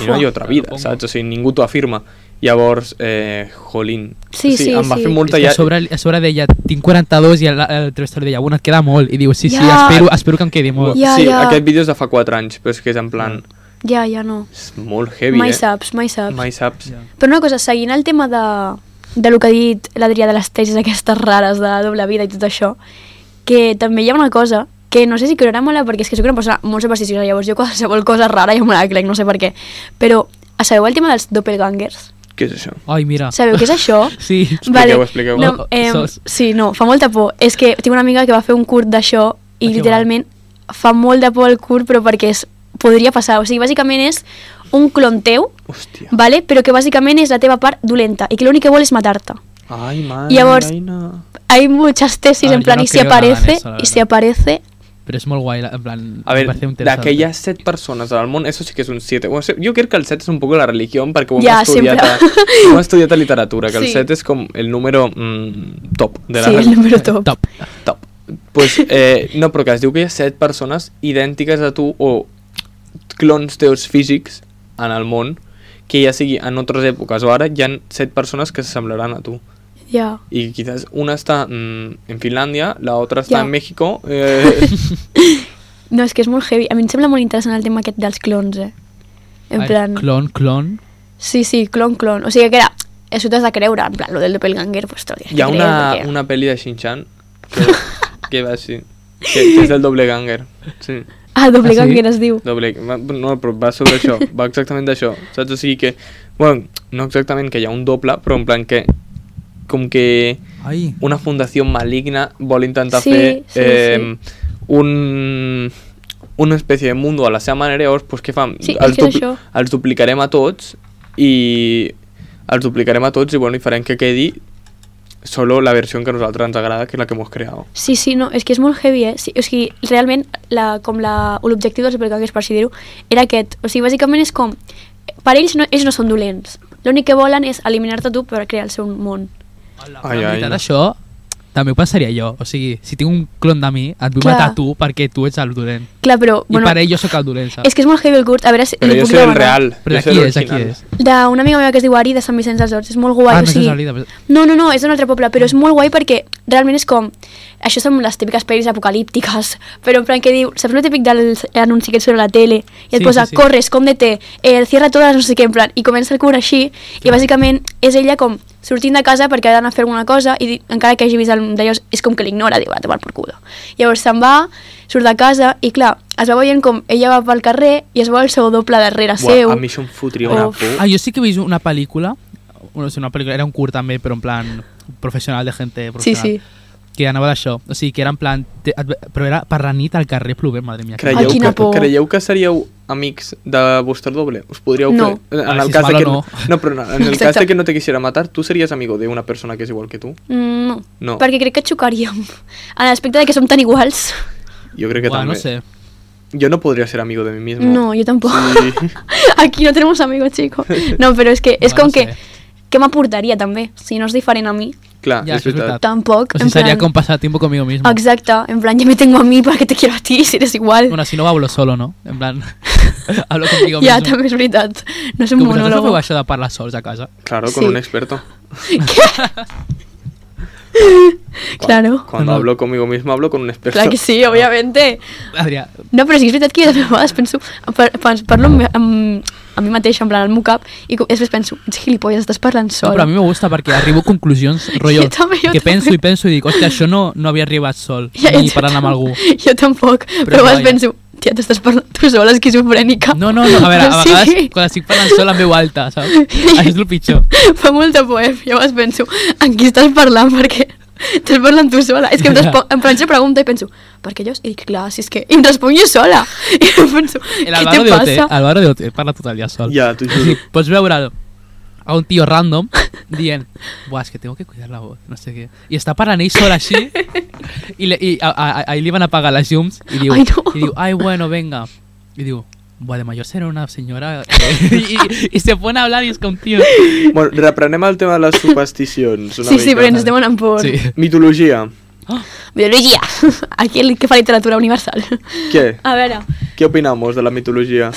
Speaker 1: i no hi ha otra vida,
Speaker 4: Supongo.
Speaker 1: saps? O sigui, ningú t'ho afirma. Llavors, eh, jolín.
Speaker 3: Sí, sí,
Speaker 1: em va
Speaker 3: sí.
Speaker 1: fer
Speaker 4: És
Speaker 1: molta...
Speaker 4: que
Speaker 1: Ja...
Speaker 4: a, sobre, a sobre deia, tinc 42 i el- l'entrevistador deia, bueno, et queda molt. I diu, sí, sí,
Speaker 3: Ja.
Speaker 4: espero, espero que em quedi molt.
Speaker 3: Ja,
Speaker 1: sí,
Speaker 3: ja.
Speaker 1: aquest vídeo és de fa 4 anys, però és que és en plan...
Speaker 3: Ja, ja no.
Speaker 1: És molt heavy,
Speaker 3: mai
Speaker 1: eh?
Speaker 3: saps, mai saps.
Speaker 1: Mai saps.
Speaker 4: Ja.
Speaker 3: Però una cosa, seguint el tema de, de lo que ha dit l'Adrià de les tesis aquestes rares de doble vida i tot això, que també hi ha una cosa que no sé si creurà molt perquè és que sóc una persona molt supersticiosa, llavors jo qualsevol cosa rara ja me la crec, no sé per què. Però sabeu el tema dels doppelgangers?
Speaker 1: Què és això?
Speaker 4: Ai, mira.
Speaker 3: Sabeu què és això?
Speaker 4: <laughs> Sí.
Speaker 1: Expliqueu, expliqueu.
Speaker 3: No, eh,
Speaker 4: Oh, Sos.
Speaker 3: sí, no, fa molta por. És que tinc una amiga que va fer un curt d'això i
Speaker 4: Ah, que
Speaker 3: literalment fa molt de por el curt, però perquè es podria passar. O sigui, bàsicament és un clon teu,
Speaker 1: Hòstia.
Speaker 3: vale? però que bàsicament és la teva part dolenta i que l'únic que vol és matar-te.
Speaker 1: Ai, man,
Speaker 3: Llavors-
Speaker 1: Aina.
Speaker 3: Hay muchas tesis
Speaker 4: A ver,
Speaker 3: en
Speaker 4: yo
Speaker 3: plan
Speaker 4: no
Speaker 3: y si
Speaker 4: creo nada en
Speaker 3: aparece,
Speaker 4: eso, la
Speaker 3: y si
Speaker 4: verdad.
Speaker 3: aparece,
Speaker 4: Però és molt guai, la- en plan,
Speaker 1: A
Speaker 4: em
Speaker 1: ver,
Speaker 4: parece
Speaker 1: de
Speaker 4: interessant.
Speaker 1: aquellas set personas del món, eso sí que es un 7. Bueno, se- yo creo que el 7 es un poco la religión, porque hemos
Speaker 3: Ja,
Speaker 1: estudiado
Speaker 3: sempre. <laughs>
Speaker 1: hem estudiat a literatura, que el
Speaker 3: Sí.
Speaker 1: 7 es como el número mm, top de la
Speaker 3: sí, el
Speaker 1: religión.
Speaker 3: número top.
Speaker 4: Top.
Speaker 1: Top.
Speaker 3: <laughs>
Speaker 1: Pues, eh, no, però que es diu que hi ha set persones idèntiques a tu o clons teus físics en el món que ja sigui en altres èpoques o ara hi han set persones que s'assemblaran a tu
Speaker 3: Ya.
Speaker 1: i quizás una està mm, en Finlàndia, la otra està
Speaker 3: Ja.
Speaker 1: en México
Speaker 3: <laughs>
Speaker 1: eh,
Speaker 3: No, és que és molt heavy. A mi em sembla molt interessant el tema aquest dels clons, eh? En
Speaker 4: Ai,
Speaker 3: plan...
Speaker 4: Clon, clon.
Speaker 3: Sí, sí, clon, clon. O sigui que era... Això t'has de creure, en plan, lo del doppelganger, pues t'ho tienes
Speaker 1: hi ha
Speaker 3: que
Speaker 1: una,
Speaker 3: creer, perquè-
Speaker 1: una pel·li de Shin-Chan que, que va així que, que és del doble ganger sí,
Speaker 3: Ah, el doppelganger
Speaker 4: Ah,
Speaker 3: es diu.
Speaker 1: doble, va- no, però va sobre això va exactament d'això, saps? O sigui que bueno, no exactament que hi ha un doble però en plan que com que
Speaker 4: Ai.
Speaker 1: una fundació maligna vol intentar
Speaker 3: Sí,
Speaker 1: fer
Speaker 3: sí,
Speaker 1: eh, un una espècie de mundo a la seva manera, llavors pues, què fan?
Speaker 3: Sí, és que és això.
Speaker 1: els duplicarem a tots i els duplicarem a tots i, bueno, i farem que quedi solo la versió que a nosaltres ens agrada, que és la que hemos creado.
Speaker 3: Sí, sí, no, és que és molt heavy, eh? Sí, o sigui, realment, la, com la- l'objectiu dels doppelgangers, per així dir-ho, era aquest. O sigui, bàsicament és com... Per ells no, ells no són dolents. L'únic que volen és eliminar-te tu per crear el seu món.
Speaker 1: Ai,
Speaker 4: la veritat,
Speaker 1: ai.
Speaker 4: això també ho pensaria jo. O sigui, si tinc un clon de mi, et vull
Speaker 3: Clar.
Speaker 4: matar tu perquè tu ets el dolent.
Speaker 3: Clar, però...
Speaker 4: I per ell jo sóc el dolent, saps?
Speaker 3: És que és molt heavy el curt, a veure si
Speaker 1: Però
Speaker 3: li
Speaker 1: jo
Speaker 3: puc
Speaker 1: soy el
Speaker 3: demanar.
Speaker 1: real.
Speaker 4: Però
Speaker 1: jo
Speaker 4: aquí
Speaker 1: soy
Speaker 4: és, aquí
Speaker 1: l'original.
Speaker 4: és.
Speaker 3: D'una amiga meva que es diu Ari, de Sant Vicenç dels Horts, és molt guai.
Speaker 4: ah,
Speaker 3: o
Speaker 4: no
Speaker 3: sigui...
Speaker 4: és el líder.
Speaker 3: No, no, no, és d'un altre poble, però és molt guai perquè realment és com... Això són les típiques pel·lis apocalíptiques, <laughs> però en plan que diu... Saps el típic del anunci que et surt a la tele? I et
Speaker 4: Sí,
Speaker 3: posa,
Speaker 4: sí, sí.
Speaker 3: corre, escóndete, eh, cierra todas, no sé què, en plan... I comença el curt així, i bàsicament és ella com sortint de casa perquè ha d'anar a fer alguna cosa i di- encara que hagi vist el d'ells és com que l'ignora, diu, a tomar por culo. Llavors se'n va, surt de casa i clar, es va veient com ella va pel carrer i es veu el seu doble darrere
Speaker 1: Buah,
Speaker 3: seu.
Speaker 1: a mi això em fotria una
Speaker 3: Uf.
Speaker 1: por.
Speaker 4: Ah, yo sí que he visto una película, bueno, sí, una película, era un cur también, pero en plan profesional de gente
Speaker 3: Sí,
Speaker 4: profesional.
Speaker 3: sí.
Speaker 4: Que anava d'això, o sigui, que era en plan... Te, et- però era per la nit al carrer plovent, madre mía.
Speaker 1: Creieu,
Speaker 3: Ai, quina
Speaker 1: que,
Speaker 3: por.
Speaker 1: creieu que seríeu amics de vostre doble? Us podríeu...
Speaker 3: No.
Speaker 1: cre- En
Speaker 4: Ara, Ah, si
Speaker 1: el
Speaker 4: és
Speaker 1: cas de
Speaker 4: malo,
Speaker 1: que
Speaker 4: no.
Speaker 1: no, però en el cas
Speaker 3: Exacte.
Speaker 1: de que no te quisiera matar, tu series amigo de una persona que és igual que tu?
Speaker 3: Mm, No,
Speaker 1: No.
Speaker 3: perquè crec que <laughs> xocaríem en l'aspecte de que som tan iguals.
Speaker 1: Jo crec que
Speaker 4: Buah,
Speaker 1: també.
Speaker 4: no sé.
Speaker 1: Yo no podría ser amigo de mí mismo.
Speaker 3: No, yo tampoco.
Speaker 1: Sí.
Speaker 3: <laughs> Aquí no tenemos amigos, chico. No, però és que és
Speaker 4: Buah,
Speaker 3: com
Speaker 4: no
Speaker 3: que...
Speaker 4: sé.
Speaker 3: Què m'aportaria, també? Si no és diferent a mi,
Speaker 1: Clar,
Speaker 4: Ja,
Speaker 1: és
Speaker 4: això és
Speaker 1: veritat.
Speaker 4: veritat.
Speaker 3: tampoc.
Speaker 4: O
Speaker 3: en
Speaker 4: sigui, seria
Speaker 3: plan-
Speaker 4: com passar tiempo conmigo mismo.
Speaker 3: Exacte, en plan, ya me tengo a mi perquè te quiero a ti, si eres igual.
Speaker 4: Bueno, si no hablo solo, ¿no? En plan, <laughs> hablo
Speaker 3: <laughs>
Speaker 4: conmigo mismo.
Speaker 3: ja, també és veritat. No és
Speaker 4: Que
Speaker 3: un <laughs>
Speaker 4: vosaltres no feu
Speaker 3: monòlogo.
Speaker 4: això de parlar sols a casa?
Speaker 1: Claro, con
Speaker 3: Sí.
Speaker 1: un experto.
Speaker 4: <laughs>
Speaker 1: Cu-
Speaker 3: Claro.
Speaker 1: Cuando
Speaker 4: No, no.
Speaker 1: hablo conmigo mismo, hablo con un experto.
Speaker 3: Clar que sí, òbviament.
Speaker 4: Adrià,
Speaker 3: No, però sí que és veritat que jo de vegades penso... Per, per, parlo amb, amb, a mi mateixa, en plan, al meu cap, i co- després penso, ets gilipolles, estàs parlant
Speaker 4: no,
Speaker 3: sol.
Speaker 4: però a mi me gusta perquè arribo
Speaker 3: <laughs>
Speaker 4: a conclusions, rotllo,
Speaker 3: Jo també, jo
Speaker 4: que penso
Speaker 3: també.
Speaker 4: i penso i dic, hòstia, això no, no havia arribat sol,
Speaker 3: <laughs> Ja,
Speaker 4: ni
Speaker 3: jo
Speaker 4: parlant amb
Speaker 3: tam-
Speaker 4: algú.
Speaker 3: Jo tampoc, però, però
Speaker 4: és
Speaker 3: vas
Speaker 4: noia.
Speaker 3: penso, tia, t'estàs parlant tu sola, esquizofrènica.
Speaker 4: No, no, no, a veure,
Speaker 3: <laughs>
Speaker 4: a
Speaker 3: Sí.
Speaker 4: vegades quan estic parlant sol em veu alta,
Speaker 3: <laughs>
Speaker 4: saps? Això és el pitjor.
Speaker 3: Fa molta por, eh? Jo vas penso, en qui estàs parlant, perquè estàs parlant tu sola. És que em, respo- em faig la pregunta i penso, per què jo? I dic, clar, si és que... I em responc jo sola. <laughs> I em penso, què te
Speaker 4: El Álvaro de OT,
Speaker 3: passa?
Speaker 4: Álvaro de OT, parla tot el dia
Speaker 1: <laughs>
Speaker 4: sol.
Speaker 1: Ya, tú y yo.
Speaker 4: Sí, pots veure a un tío
Speaker 3: <laughs>
Speaker 4: random dient, buah, és que tengo que cuidar la voz, no sé què. I està parlant ell sol així, i, le, i a, a, a, ahir li van apagar les llums, i diu,
Speaker 3: Ai, no.
Speaker 4: i diu ay, bueno, venga. I diu, buah, de mayor será una señora. <laughs> I, i, i se pone a hablar i és com, tio...
Speaker 1: Bueno, reprenemos el tema de las supersticiones. Una
Speaker 3: Sí, sí,
Speaker 1: mica.
Speaker 3: però ens demanen por.
Speaker 4: Sí.
Speaker 1: Mitologia.
Speaker 3: Biologia, <laughs> aquí el que fa literatura universal.
Speaker 1: Què?
Speaker 3: A veure,
Speaker 1: Què opinamos de la mitologia?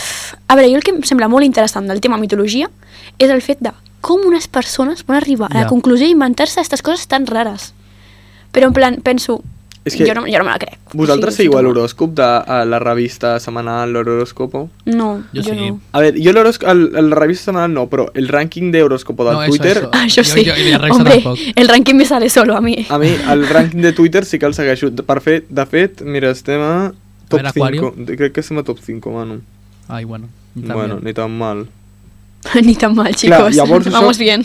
Speaker 3: A veure, jo el que em sembla molt interessant del tema mitologia és el fet de com unes persones van arribar a
Speaker 4: Ja.
Speaker 3: la conclusió d'inventar-se aquestes coses tan rares. Però en plan, penso,
Speaker 1: És que-
Speaker 3: jo, no, jo no me la crec.
Speaker 1: Vosaltres
Speaker 3: O sigui,
Speaker 1: seguiu a
Speaker 3: no.
Speaker 1: l'horòscop de a la revista setmanal, l'horòscopo?
Speaker 3: No,
Speaker 4: Jo
Speaker 3: jo,
Speaker 4: sí.
Speaker 3: no.
Speaker 1: A ver, yo el horosc- al- a la revista semanal no, pero el ranking de horóscopo de
Speaker 4: No, eso,
Speaker 1: Twitter...
Speaker 4: eso.
Speaker 3: Ah, jo,
Speaker 4: Jo-
Speaker 3: sí.
Speaker 4: jo- i la resta
Speaker 3: Hombre,
Speaker 4: tampoc.
Speaker 3: el rànquing me sale solo a mi.
Speaker 1: A mi,
Speaker 4: <laughs>
Speaker 1: el ranking de Twitter sí que el segueixo. Per fet, de fet, mira, estem a top
Speaker 4: veure, Aquario.
Speaker 1: 5. Crec que estem a top 5, Manu.
Speaker 4: Ai, bueno. i també.
Speaker 1: Bueno, ni tan mal.
Speaker 3: <laughs> Ni tan mal, chicos.
Speaker 1: llavors això-
Speaker 3: <laughs> Vamos bien.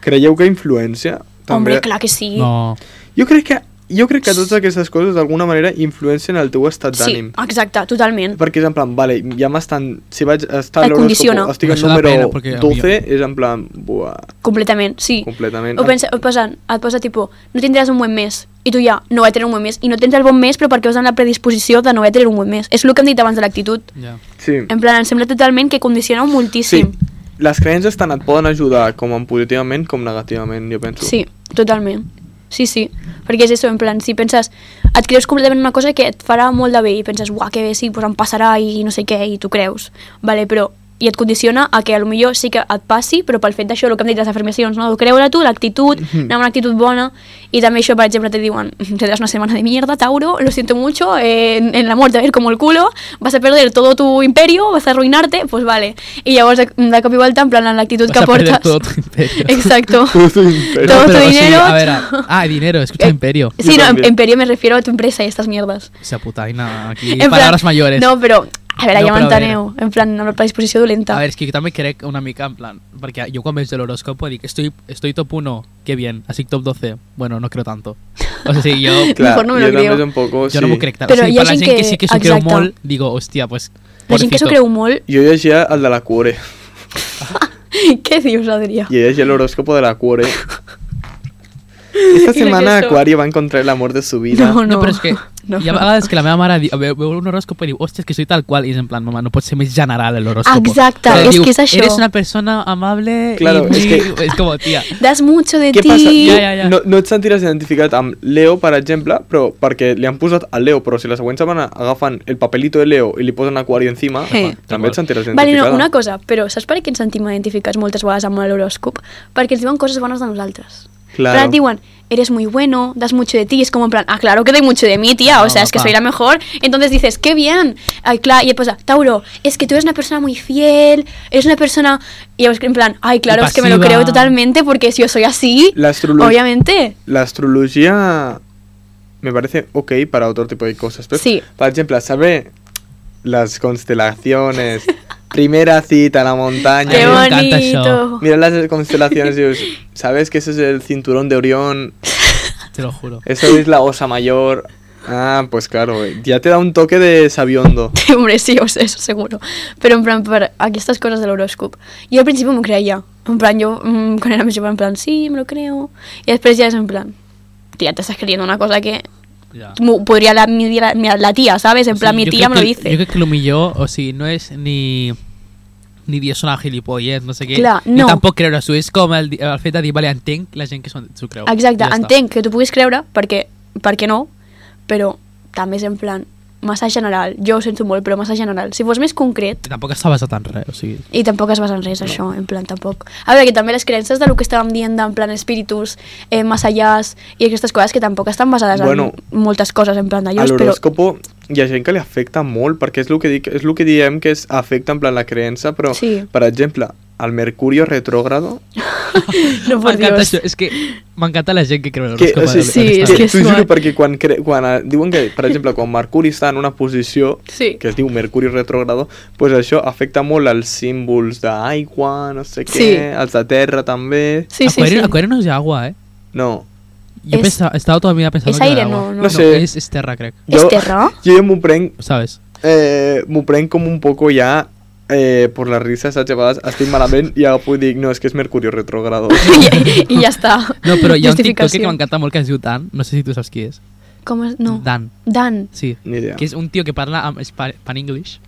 Speaker 1: Creieu que influència?
Speaker 3: Hombre, clar que sí.
Speaker 4: No.
Speaker 1: Jo crec que, jo crec que totes aquestes coses d'alguna manera influencien el teu estat
Speaker 3: sí, Ah.
Speaker 1: d'ànim.
Speaker 3: exacte, totalment.
Speaker 1: Perquè és en plan, vale, ja m'estan... Si vaig estar a
Speaker 3: Et condiciona.
Speaker 1: l'horòscopo, estic en
Speaker 4: Això depèn,
Speaker 1: número
Speaker 4: eh, perquè a mi-
Speaker 1: 12, és en plan, buah,
Speaker 3: Completament, sí.
Speaker 1: completament...
Speaker 3: O, pensa, o posen, et posa tipo, no tindràs un buen mes, i tu ja, no vaig tenir un buen mes, i no tens el bon mes, però perquè us dan la predisposició de no vaig tenir un buen mes. És el que hem dit abans de l'actitud.
Speaker 4: Ja.
Speaker 1: Sí.
Speaker 3: En plan, em sembla totalment que condiciona
Speaker 1: Mm. Sí.
Speaker 3: moltíssim.
Speaker 1: Les creences tant et poden ajudar com en positivament com negativament, jo penso. <laughs>
Speaker 3: Sí, totalment. Sí, sí, perquè és això, en plan, si penses, et creus completament una cosa que et farà molt de bé i penses, uah, que bé, sí, pues em passarà i no sé què, i tu creus, vale, però i et condiciona a que a lo millor sí que et passi, però pel fet d'això, el que hem dit, les afirmacions, no? de creure tu, l'actitud,
Speaker 4: Mhm.
Speaker 3: anar amb una actitud bona, i també això, per exemple, te diuen, tendrás una semana de mierda, Tauro, lo siento mucho, eh, en, en la muerte, a ver, como el culo, vas a perder todo tu imperio, vas a arruinarte, pues vale. I llavors, de, de cop i volta, en plan, en l'actitud
Speaker 4: Vas
Speaker 3: que
Speaker 4: a perder
Speaker 3: portes...
Speaker 4: todo tu imperio.
Speaker 3: <laughs> Exacto.
Speaker 1: Tot imperi.
Speaker 3: Todo tu
Speaker 4: o sigui,
Speaker 3: dinero.
Speaker 4: a ver,
Speaker 3: <laughs>
Speaker 4: ah, dinero, escucha
Speaker 3: Eh,
Speaker 4: imperio.
Speaker 3: Sí,
Speaker 1: Yo
Speaker 3: no, en,
Speaker 1: también.
Speaker 3: en Perio me refiero a tu empresa y estas mierdas.
Speaker 4: Esa putaina, aquí
Speaker 3: En plan-
Speaker 4: palabras mayores.
Speaker 3: No, però, a veure,
Speaker 4: No,
Speaker 3: ja
Speaker 4: però a
Speaker 3: m'enteneu. En plan, amb la predisposició dolenta.
Speaker 4: A ver, es que yo también creo una mica en plan, porque yo cuando veig el horóscopo dic, estoy, estoy top 1, qué bien, así top 12, bueno, no creo tanto. O sea,
Speaker 3: <laughs>
Speaker 4: sí, yo,
Speaker 1: Clar,
Speaker 3: Mejor no me lo
Speaker 1: jo també
Speaker 3: creo.
Speaker 1: és un poco, sí.
Speaker 4: yo no me crec tant.
Speaker 3: Però
Speaker 4: o sigui,
Speaker 3: hi ha
Speaker 4: per la
Speaker 3: gent
Speaker 4: gent que,
Speaker 3: que-
Speaker 4: sí que s'ho creu
Speaker 3: exacte.
Speaker 4: molt, digo, hostia, pues,
Speaker 3: la gent que s'ho
Speaker 4: pobrecito.
Speaker 3: creu <laughs> molt...
Speaker 1: Jo llegia el de la Cuore.
Speaker 3: Què dius, Adrià?
Speaker 1: Yo llegia el horóscopo de la Cuore. Esta
Speaker 3: <laughs> Y
Speaker 1: semana
Speaker 3: regresó.
Speaker 1: Acuario va a encontrar el amor de su vida.
Speaker 3: No,
Speaker 4: No, però és que
Speaker 3: <laughs> No,
Speaker 4: hi ha
Speaker 3: no.
Speaker 4: vegades que la meva mare di- veu, veu un horòscop i diu hòstia, és que soy tal qual, i és en plan, mama, no pot ser més general l'horòscop.
Speaker 3: Exacte,
Speaker 4: Però
Speaker 3: és
Speaker 4: diu,
Speaker 3: que és això.
Speaker 4: Eres una persona amable
Speaker 1: Claro,
Speaker 4: i muy...
Speaker 1: és
Speaker 4: <laughs>
Speaker 1: que-
Speaker 4: És com, tia,
Speaker 3: Das mucho de
Speaker 1: Què
Speaker 3: ti...
Speaker 1: passa?
Speaker 4: Ja, ja, ja.
Speaker 1: No, no et sentiràs identificat amb Leo, per exemple, però perquè li han posat a Leo, però si la següent setmana agafen el papelito de Leo i li posen Acuario encima,
Speaker 3: Eh.
Speaker 1: també et sentiràs
Speaker 3: Vale,
Speaker 1: identificada.
Speaker 3: no, una cosa, però saps per què ens sentim identificats moltes vegades amb l'horòscop? Perquè ens diuen coses bones de nosaltres.
Speaker 1: Claro.
Speaker 3: Però et diuen, eres muy bueno, das mucho de ti, y es como en plan, ah, claro que doy mucho de mí, tía,
Speaker 4: Claro,
Speaker 3: o sea, es que
Speaker 4: papá.
Speaker 3: soy la mejor. Entonces dices, qué bien. Ay, claro, y pues, Tauro, es que tú eres una persona muy fiel, eres una persona... Y pues, en plan, ay, claro, es que me lo
Speaker 4: pasiva.
Speaker 3: creo totalmente porque si yo soy así,
Speaker 1: La astrolo-
Speaker 3: obviamente.
Speaker 1: La astrología me parece ok para otro tipo de cosas. Pero,
Speaker 3: Sí.
Speaker 1: Por ejemplo, sabe las
Speaker 3: <laughs>
Speaker 1: constelaciones. Primera cita a la montaña.
Speaker 4: Ay,
Speaker 3: Qué
Speaker 4: me
Speaker 1: Mira-
Speaker 4: encanta
Speaker 3: bonito.
Speaker 4: eso.
Speaker 1: Mira las constelaciones y dices, ¿sabes que ese es el cinturón de Orión?
Speaker 4: te lo juro.
Speaker 1: Esa es la Osa Mayor. Ah, pues claro, eh, ya te da un toque de sabiondo.
Speaker 3: <laughs> Hombre, sí, o sea, eso seguro. Pero en plan, per aquestes coses de l'horòscop. Jo al principi m'ho creia. En plan, jo mm, quan era més jove, en plan, sí, me lo creo. I després ja és en plan, tia, t'estàs creyendo una cosa que
Speaker 4: Ja.
Speaker 3: m'ho podria la, mi, la, mi- la tía, ¿sabes? En
Speaker 4: O
Speaker 3: plan, mi
Speaker 4: sigui, jo
Speaker 3: tía
Speaker 4: crec
Speaker 3: me lo
Speaker 4: que-
Speaker 3: dice.
Speaker 4: Yo creo que lo millor, o sigui, no és ni... Ni dir, és una gilipollez, no sé què.
Speaker 3: Clar,
Speaker 4: Jo
Speaker 3: no.
Speaker 4: tampoc creure-s'ho, és com el, di- el fet de dir, vale, entenc la gent que s'ho s'ho creu.
Speaker 3: Exacte,
Speaker 4: Ja està.
Speaker 3: entenc que t'ho puguis creure, perquè, perquè no, però també és en plan massa general. Jo ho sento molt, però massa general. Si fos més concret,
Speaker 4: Tampoc està basat en res, o sigui...
Speaker 3: i tampoc es basa en res, això, en plan, tampoc. A veure, que també les creences del que estàvem dient, en plan, espíritus, eh, més allàs, i aquestes coses que tampoc estan basades
Speaker 1: Bueno,
Speaker 3: en moltes coses, en plan, d'allò,
Speaker 1: Al
Speaker 3: però...
Speaker 1: horóscopo hi ha gent que li afecta molt, perquè és el que, dic, és el que diem que es afecta en plan la creença, però,
Speaker 3: Sí.
Speaker 1: per exemple, el Mercurio retrógrado
Speaker 3: <laughs> <laughs> No, per
Speaker 4: M'encanta
Speaker 3: Dios.
Speaker 4: això, és que m'encanta la gent que creu en
Speaker 1: que, o
Speaker 4: l'horòscop.
Speaker 1: sigui,
Speaker 3: Sí, és
Speaker 4: honestament.
Speaker 3: que és
Speaker 1: t'ho juro,
Speaker 3: suat.
Speaker 1: perquè quan, cre... quan eh, diuen que, per exemple, quan Mercuri està en una posició
Speaker 3: Sí.
Speaker 1: que es diu Mercuri retrogrado, pues això afecta molt els símbols d'aigua, no sé què,
Speaker 3: Sí.
Speaker 1: els de terra també.
Speaker 3: Sí, sí,
Speaker 4: Acuario,
Speaker 3: sí.
Speaker 4: Acuario no es de agua, ¿eh?
Speaker 1: No,
Speaker 4: Yo
Speaker 3: Es-
Speaker 4: pensaba- estaba toda mi vida pensando
Speaker 3: es
Speaker 4: que era
Speaker 3: aire,
Speaker 4: de agua.
Speaker 3: no, no.
Speaker 1: No sé.
Speaker 4: Es, es terra, crec.
Speaker 3: És
Speaker 1: Jo-
Speaker 3: <laughs> terra?
Speaker 1: jo m'ho prenc,
Speaker 4: ¿Sabes?
Speaker 1: eh, m'ho prenc com un poco ja eh, per les risques, saps? A vegades estic malament i agafo i dic, no, és que és Mercuri
Speaker 4: <laughs>
Speaker 1: retrogrado.
Speaker 3: I, I ja està.
Speaker 4: No, pero yo un TikTok que
Speaker 3: Justificació.
Speaker 4: me encanta molt que es diu Dan. No sé si tú sabes quién es.
Speaker 3: Com es... No.
Speaker 4: Dan.
Speaker 3: Dan.
Speaker 4: Sí.
Speaker 1: Ni idea.
Speaker 4: Que es un tío que parla am- espa- pan English.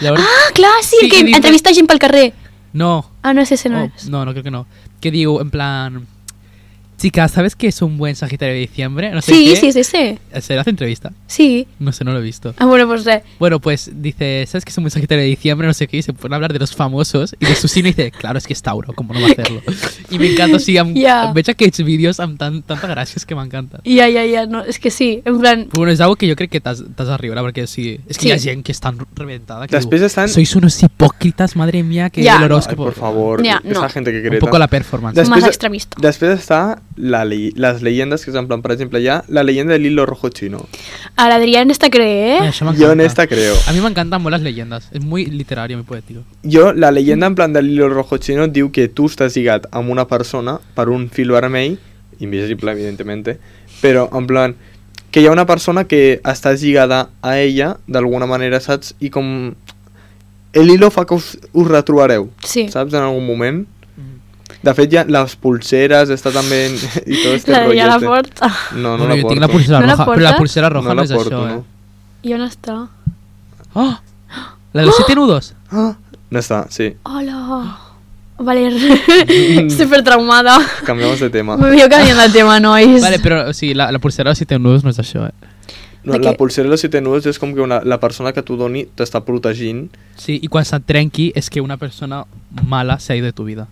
Speaker 4: Llavors-
Speaker 3: Ah, clar, sí,
Speaker 4: Sí,
Speaker 3: el que
Speaker 4: i diu-
Speaker 3: entrevista gent pel carrer.
Speaker 4: No.
Speaker 3: Ah, no és ese, no
Speaker 4: Oh,
Speaker 3: és.
Speaker 4: no, no creo que no. Que digo, en plan... Chicas, ¿sabes qué es un buen Sagitario de diciembre? No sé
Speaker 3: Sí,
Speaker 4: qué. Eh,
Speaker 3: sí, es ese.
Speaker 4: ¿Se le hace entrevista?
Speaker 3: Sí.
Speaker 4: No sé, no lo he visto.
Speaker 3: Ah, bueno, pues eh,
Speaker 4: Bueno, pues dice, ¿sabes que es un buen Sagitario de diciembre? No sé qué. Y se pone a hablar de los famosos. Y de su signo y dice, claro, es que es Tauro, ¿cómo no va
Speaker 3: <laughs>
Speaker 4: a hacerlo? Y me encanta, sí. Em,
Speaker 3: Ya.
Speaker 4: em veig aquests vídeos amb tan, tanta gràcia, és que m'encanten.
Speaker 3: ya, ya, ya, no, es que sí, en plan,
Speaker 1: Pues
Speaker 4: Però bueno, és algo que jo crec que t'has t'has de riure, perquè sí, és que
Speaker 3: Sí.
Speaker 4: hi ha gent que és tan reventada que
Speaker 1: Després estan-
Speaker 4: sois unos hipòcritas, madre mía, que
Speaker 3: Ja.
Speaker 4: el
Speaker 1: Ay,
Speaker 4: horóscopo...
Speaker 1: por favor,
Speaker 3: Ya,
Speaker 1: esa
Speaker 3: no.
Speaker 1: gente que
Speaker 4: Un
Speaker 1: cree
Speaker 4: poco la performance.
Speaker 3: Des-
Speaker 1: Después,
Speaker 3: Más extremista.
Speaker 1: Después está la ley- las leyendas que se en plan, por ejemplo, ya la leyenda del hilo rojo chino.
Speaker 4: Ah,
Speaker 3: a la Adrián esta cree,
Speaker 4: Ai,
Speaker 3: ¿eh?
Speaker 4: això m'encanta.
Speaker 1: Yo en esta creo.
Speaker 4: A mi m'encanten molt les llegendes. És muy literario, muy poético.
Speaker 1: Jo, la leyenda en plan del hilo rojo chino diu que tu estàs lligat amb una persona per un fil vermell, invisible, evidentment, però en plan que hi ha una persona que estàs lligada a ella d'alguna manera, saps? I com... El hilo fa que us, us retrobareu,
Speaker 3: Sí.
Speaker 1: saps? En algun moment.
Speaker 4: Mm.
Speaker 1: De fet, ja les pulseres està també... en- <laughs> I tot este
Speaker 3: La de
Speaker 1: rotllo
Speaker 3: la
Speaker 1: este.
Speaker 3: puerta.
Speaker 1: No, no,
Speaker 4: Bueno,
Speaker 1: la
Speaker 4: jo
Speaker 1: porto.
Speaker 4: tinc la pulsera
Speaker 3: No la
Speaker 4: roja, però la
Speaker 3: portes?
Speaker 4: pulsera roja no,
Speaker 1: no la
Speaker 4: és
Speaker 1: porto,
Speaker 4: això,
Speaker 1: no.
Speaker 4: eh?
Speaker 3: ¿Y dónde está?
Speaker 4: Oh! La de los
Speaker 3: <gasps>
Speaker 4: siete nudos.
Speaker 1: Ah, no està, sí.
Speaker 3: Hola. Vale,
Speaker 1: <laughs>
Speaker 3: súper traumada.
Speaker 1: Canviamos de
Speaker 4: <laughs>
Speaker 1: tema.
Speaker 3: Me veo cambiando de tema, ¿no? Es...
Speaker 4: Vale, però o sigui, la, la pulsera de los siete nudos no és això, eh?
Speaker 1: No,
Speaker 3: de
Speaker 1: la
Speaker 3: que-
Speaker 1: pulsera de los siete nudos és com que una, la persona que tu doni t'està protegint
Speaker 4: Sí, i quan se't trenqui és que una persona mala s'ha ido de tu vida.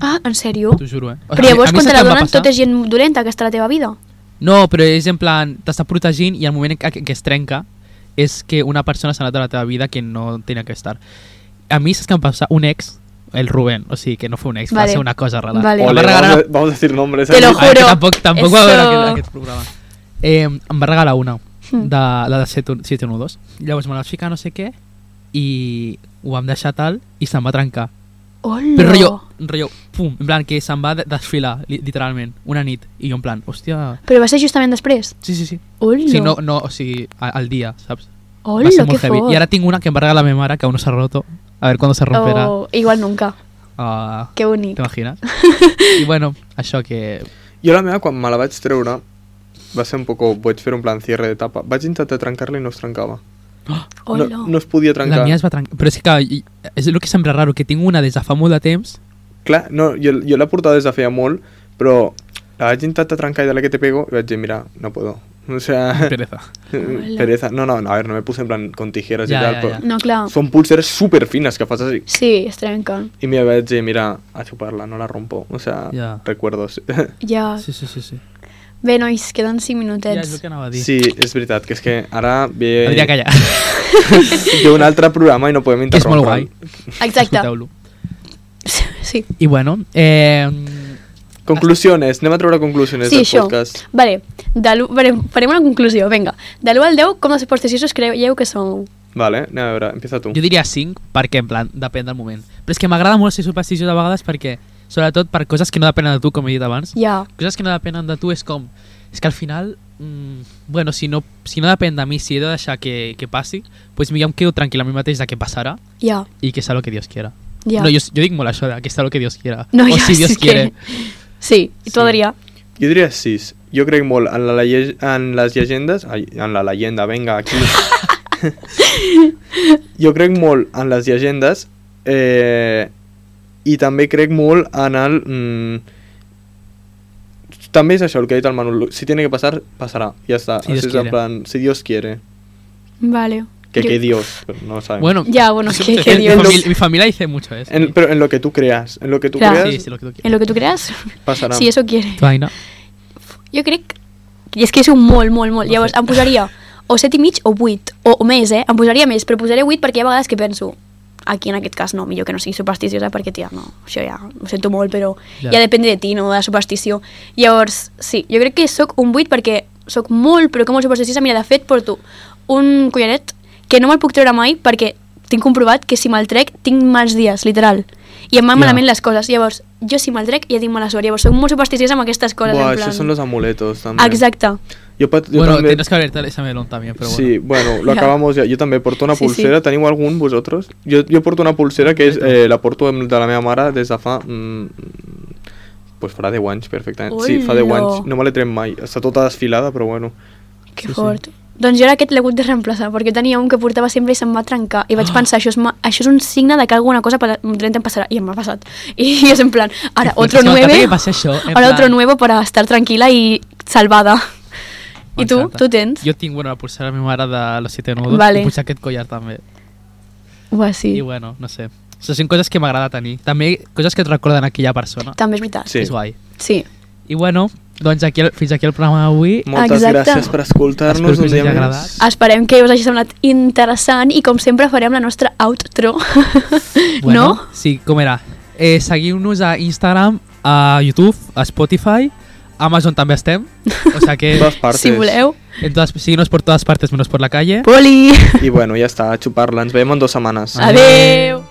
Speaker 3: Ah, en serio?
Speaker 4: T'ho juro, eh? O
Speaker 3: Pero
Speaker 4: sigui,
Speaker 3: vos
Speaker 4: a mi
Speaker 3: cuando
Speaker 4: saps
Speaker 3: la
Speaker 4: què em va
Speaker 3: donan,
Speaker 4: passar?
Speaker 3: tot és gent dolenta que està a la teva vida.
Speaker 4: No, però és en plan, t'està protegint i el moment que, que es trenca és que una persona s'ha anat a la teva vida que no tenia que estar. A mi saps que em passa un ex, el Rubén, o sigui que no fue un ex,
Speaker 3: Vale.
Speaker 4: va ser una cosa rara.
Speaker 3: Vale.
Speaker 4: Em
Speaker 1: Ole,
Speaker 4: va regalar...
Speaker 1: vamos, a, vamos a decir nombres. ¿eh?
Speaker 3: Te
Speaker 1: ahí.
Speaker 3: lo
Speaker 4: Ai, Ah, que
Speaker 3: juro.
Speaker 4: tampoc, tampoc va
Speaker 3: Eso-
Speaker 4: veure aquest, aquest programa. Eh, em va regalar una,
Speaker 3: Hmm.
Speaker 4: de, la de 7 nudos. Llavors me la vaig ficar no sé què i ho vam deixar tal i se'm va trencar.
Speaker 3: Hola.
Speaker 4: Però rotllo, rotllo, pum, en plan, que se'm va de- desfilar, li- literalment, una nit. I jo en plan, hòstia...
Speaker 3: Però va ser justament després.
Speaker 4: Sí, sí, sí.
Speaker 3: Hola.
Speaker 4: Sí, no, no, o sigui, a- al dia, saps?
Speaker 3: Hola,
Speaker 4: va ser
Speaker 3: que
Speaker 4: molt heavy.
Speaker 3: fort.
Speaker 4: I ara tinc una que em va regalar la meva mare, que aún no s'ha roto. A veure quan se romperà.
Speaker 3: Oh, igual nunca.
Speaker 4: Ah,
Speaker 3: Que bonic.
Speaker 4: T'imagines?
Speaker 3: <laughs>
Speaker 4: I bueno, això que...
Speaker 1: Jo la meva, quan me la vaig treure, va ser un poco... Vaig fer un plan cierre d'etapa. Vaig intentar trencar-la i no es trencava.
Speaker 3: Hola.
Speaker 1: No, no es podia
Speaker 4: La
Speaker 1: trencar.
Speaker 4: mia es va trencar. Però és que, clar, i- és el que sembla raro, que tinc una des de fa molt de temps.
Speaker 1: Clar, no, jo, jo la portava des de feia molt, però la vaig intentar trencar i de la que te pego i vaig dir, mira, no puedo. O sea,
Speaker 4: <laughs>
Speaker 1: <laughs>
Speaker 4: Pereza.
Speaker 1: eh, pereza. No, no, no, a ver, no me puse en plan con tijeras
Speaker 4: Ja,
Speaker 1: y tal,
Speaker 4: ja,
Speaker 1: però...
Speaker 3: No, clar.
Speaker 1: Són pulseres super fines que fas així.
Speaker 3: Sí, es trenquen.
Speaker 1: I mira, vaig dir, mira, a chuparla, no la rompo. O sea,
Speaker 4: Ja.
Speaker 1: recuerdos.
Speaker 3: Ja.
Speaker 4: Ah. Sí, sí, sí. sí.
Speaker 3: Bé, nois, queden 5
Speaker 4: Ja, és el
Speaker 3: minutets.
Speaker 4: que anava a dir.
Speaker 1: <laughs> Sí, és veritat, que és que ara ve...
Speaker 4: Adrià, calla.
Speaker 1: Té un altre programa i no podem
Speaker 4: Que és molt
Speaker 1: interrompre.
Speaker 4: guai.
Speaker 3: Exacte.
Speaker 4: Escolteu-lo.
Speaker 3: <laughs> Sí.
Speaker 4: I bueno, eh,
Speaker 1: Conclusiones, anem a treure conclusiones
Speaker 3: Sí,
Speaker 1: del
Speaker 3: això.
Speaker 1: podcast.
Speaker 3: Vale, de l'u- vale, farem una conclusió, vinga. De l'1 al 10, com de supersticiosos creieu que sou?
Speaker 1: Vale, anem a veure, empieza tu.
Speaker 4: jo diria 5 perquè, en plan, depèn del moment. Però és que m'agrada molt ser supersticiós de vegades perquè, sobretot per coses que no depenen de tu, com he dit abans,
Speaker 3: Ja,
Speaker 4: coses que no depenen de tu és com... És que al final, mm, bueno, si no, si no depèn de mi, si he de deixar que, que passi, doncs millor em quedo tranquil a mi mateix de que passarà
Speaker 3: ja,
Speaker 4: i que serà el que Dios quiera.
Speaker 3: ja.
Speaker 4: No, jo, jo dic molt això, de que serà el que Dios quiera.
Speaker 3: <laughs> No,
Speaker 4: o
Speaker 3: ja
Speaker 4: si Dios
Speaker 3: sí que-
Speaker 4: quiere.
Speaker 3: Sí, i tu,
Speaker 4: Sí.
Speaker 3: Adrià?
Speaker 1: Jo diria 6. Jo crec molt en, la lege- en les llegendes... Ai, en la leyenda, venga,
Speaker 3: <laughs>
Speaker 1: aquí. jo crec molt en les llegendes eh, i també crec molt en el... Mm, també és això el que ha dit el Manolo. Si tiene que passar, passarà. Ja està.
Speaker 4: Si Dios
Speaker 1: Això és en
Speaker 4: quiere.
Speaker 1: plan, si Dios quiere.
Speaker 3: Vale.
Speaker 1: Que,
Speaker 3: Yo-
Speaker 1: que Dios, pero no lo sabemos.
Speaker 4: Bueno,
Speaker 3: Ya,
Speaker 4: <laughs>
Speaker 3: bueno, que-
Speaker 4: mi
Speaker 3: que Dios.
Speaker 4: famili- mi familia dice mucho eso. Ah,
Speaker 1: En- pero en lo que tú creas, en lo que tú
Speaker 3: Claro.
Speaker 1: creas,
Speaker 4: Sí, sí, lo que tú
Speaker 3: En
Speaker 4: quieras.
Speaker 3: lo que tu creas,
Speaker 1: pasarà.
Speaker 3: si eso quiere.
Speaker 4: Tu, Aina,
Speaker 3: Jo crec... I és que és un molt, molt, molt.
Speaker 4: No
Speaker 3: Llavors,
Speaker 4: sé.
Speaker 3: em posaria o 7 i mig o 8, o, o més, eh? Em posaria més, però posaré 8 perquè hi ha vegades que penso aquí en aquest cas no, millor que no sigui supersticiosa perquè tia, no, això ja ho sento molt però ja,
Speaker 4: Ja.
Speaker 3: ja depèn de ti, no, de la superstició llavors, sí, jo crec que sóc un 8 perquè sóc molt, però que molt supersticiosa mira, de fet, porto un collaret que no me'l puc treure mai perquè tinc comprovat que si me'l trec tinc mals dies, literal, i em van
Speaker 4: Ja.
Speaker 3: malament les coses llavors, jo si me'l trec ja tinc mala sort llavors sóc molt supersticiosa amb aquestes coses
Speaker 1: Buah,
Speaker 3: en
Speaker 1: això
Speaker 3: plan...
Speaker 1: són los amuletos també.
Speaker 3: Exacte.
Speaker 1: Jo, pot, jo
Speaker 4: Bueno,
Speaker 1: també...
Speaker 4: tendrás que abrirte ese melón también, pero bueno.
Speaker 1: Sí,
Speaker 3: <laughs>
Speaker 1: bueno, lo
Speaker 3: Ja.
Speaker 1: acabamos ya. Jo també porto una
Speaker 3: Sí, sí.
Speaker 1: pulsera. Teniu algun, vosaltres? Jo, jo porto una pulsera que és, eh, la porto amb- de la meva mare des de fa... Mm, pues farà 10 anys, perfectament. Sí, fa 10
Speaker 3: Hola.
Speaker 1: anys. No me l'he tret mai. Està tota desfilada, però bueno.
Speaker 3: Que
Speaker 4: Sí, sí.
Speaker 3: fort. Doncs jo era aquest l'he hagut de reemplaçar, perquè tenia un que portava sempre i se'm va trencar. I vaig
Speaker 4: Ah.
Speaker 3: pensar, això és, ma- això és un signe de que alguna cosa per dret em passarà. I em va passat. <laughs> I, és en plan, ara
Speaker 4: Qué
Speaker 3: otro
Speaker 4: fuerte, se me acaba de
Speaker 3: nueve,
Speaker 4: pasar això, en
Speaker 3: ahora
Speaker 4: plan-
Speaker 3: otro nuevo para estar tranquila i salvada. <laughs> I tu?
Speaker 4: M'encanta.
Speaker 3: Tu tens?
Speaker 4: Jo tinc, bueno, la pulsera de mi mare de los siete nudos
Speaker 3: Vale.
Speaker 4: i potser aquest collar també.
Speaker 3: Uah,
Speaker 4: I
Speaker 3: sí.
Speaker 4: bueno, no sé. O sigui, són coses que m'agrada tenir. També coses que et recorden aquella persona.
Speaker 3: També és veritat.
Speaker 1: Sí.
Speaker 4: És guai.
Speaker 3: Sí.
Speaker 4: I bueno, doncs aquí, el- fins aquí el programa d'avui.
Speaker 1: Moltes
Speaker 3: Exacte.
Speaker 1: gràcies per
Speaker 4: Espero
Speaker 1: escoltar-nos
Speaker 4: que
Speaker 1: un
Speaker 4: us
Speaker 1: dia
Speaker 4: hagi
Speaker 1: més.
Speaker 4: agradat.
Speaker 3: Esperem que us hagi semblat interessant i com sempre farem la nostra outro. <laughs>
Speaker 4: Bueno,
Speaker 3: No?
Speaker 4: Sí, com era? Eh, Seguiu-nos a Instagram, a YouTube, a Spotify, a Amazon també estem. O sigui que...
Speaker 1: Todas partes.
Speaker 3: Si voleu.
Speaker 4: En todas, síguenos por todas partes menos por la calle.
Speaker 3: Poli!
Speaker 1: Y bueno, ya está, a chuparla. Nos vemos en dos semanas.
Speaker 4: Ah.
Speaker 3: Adeu!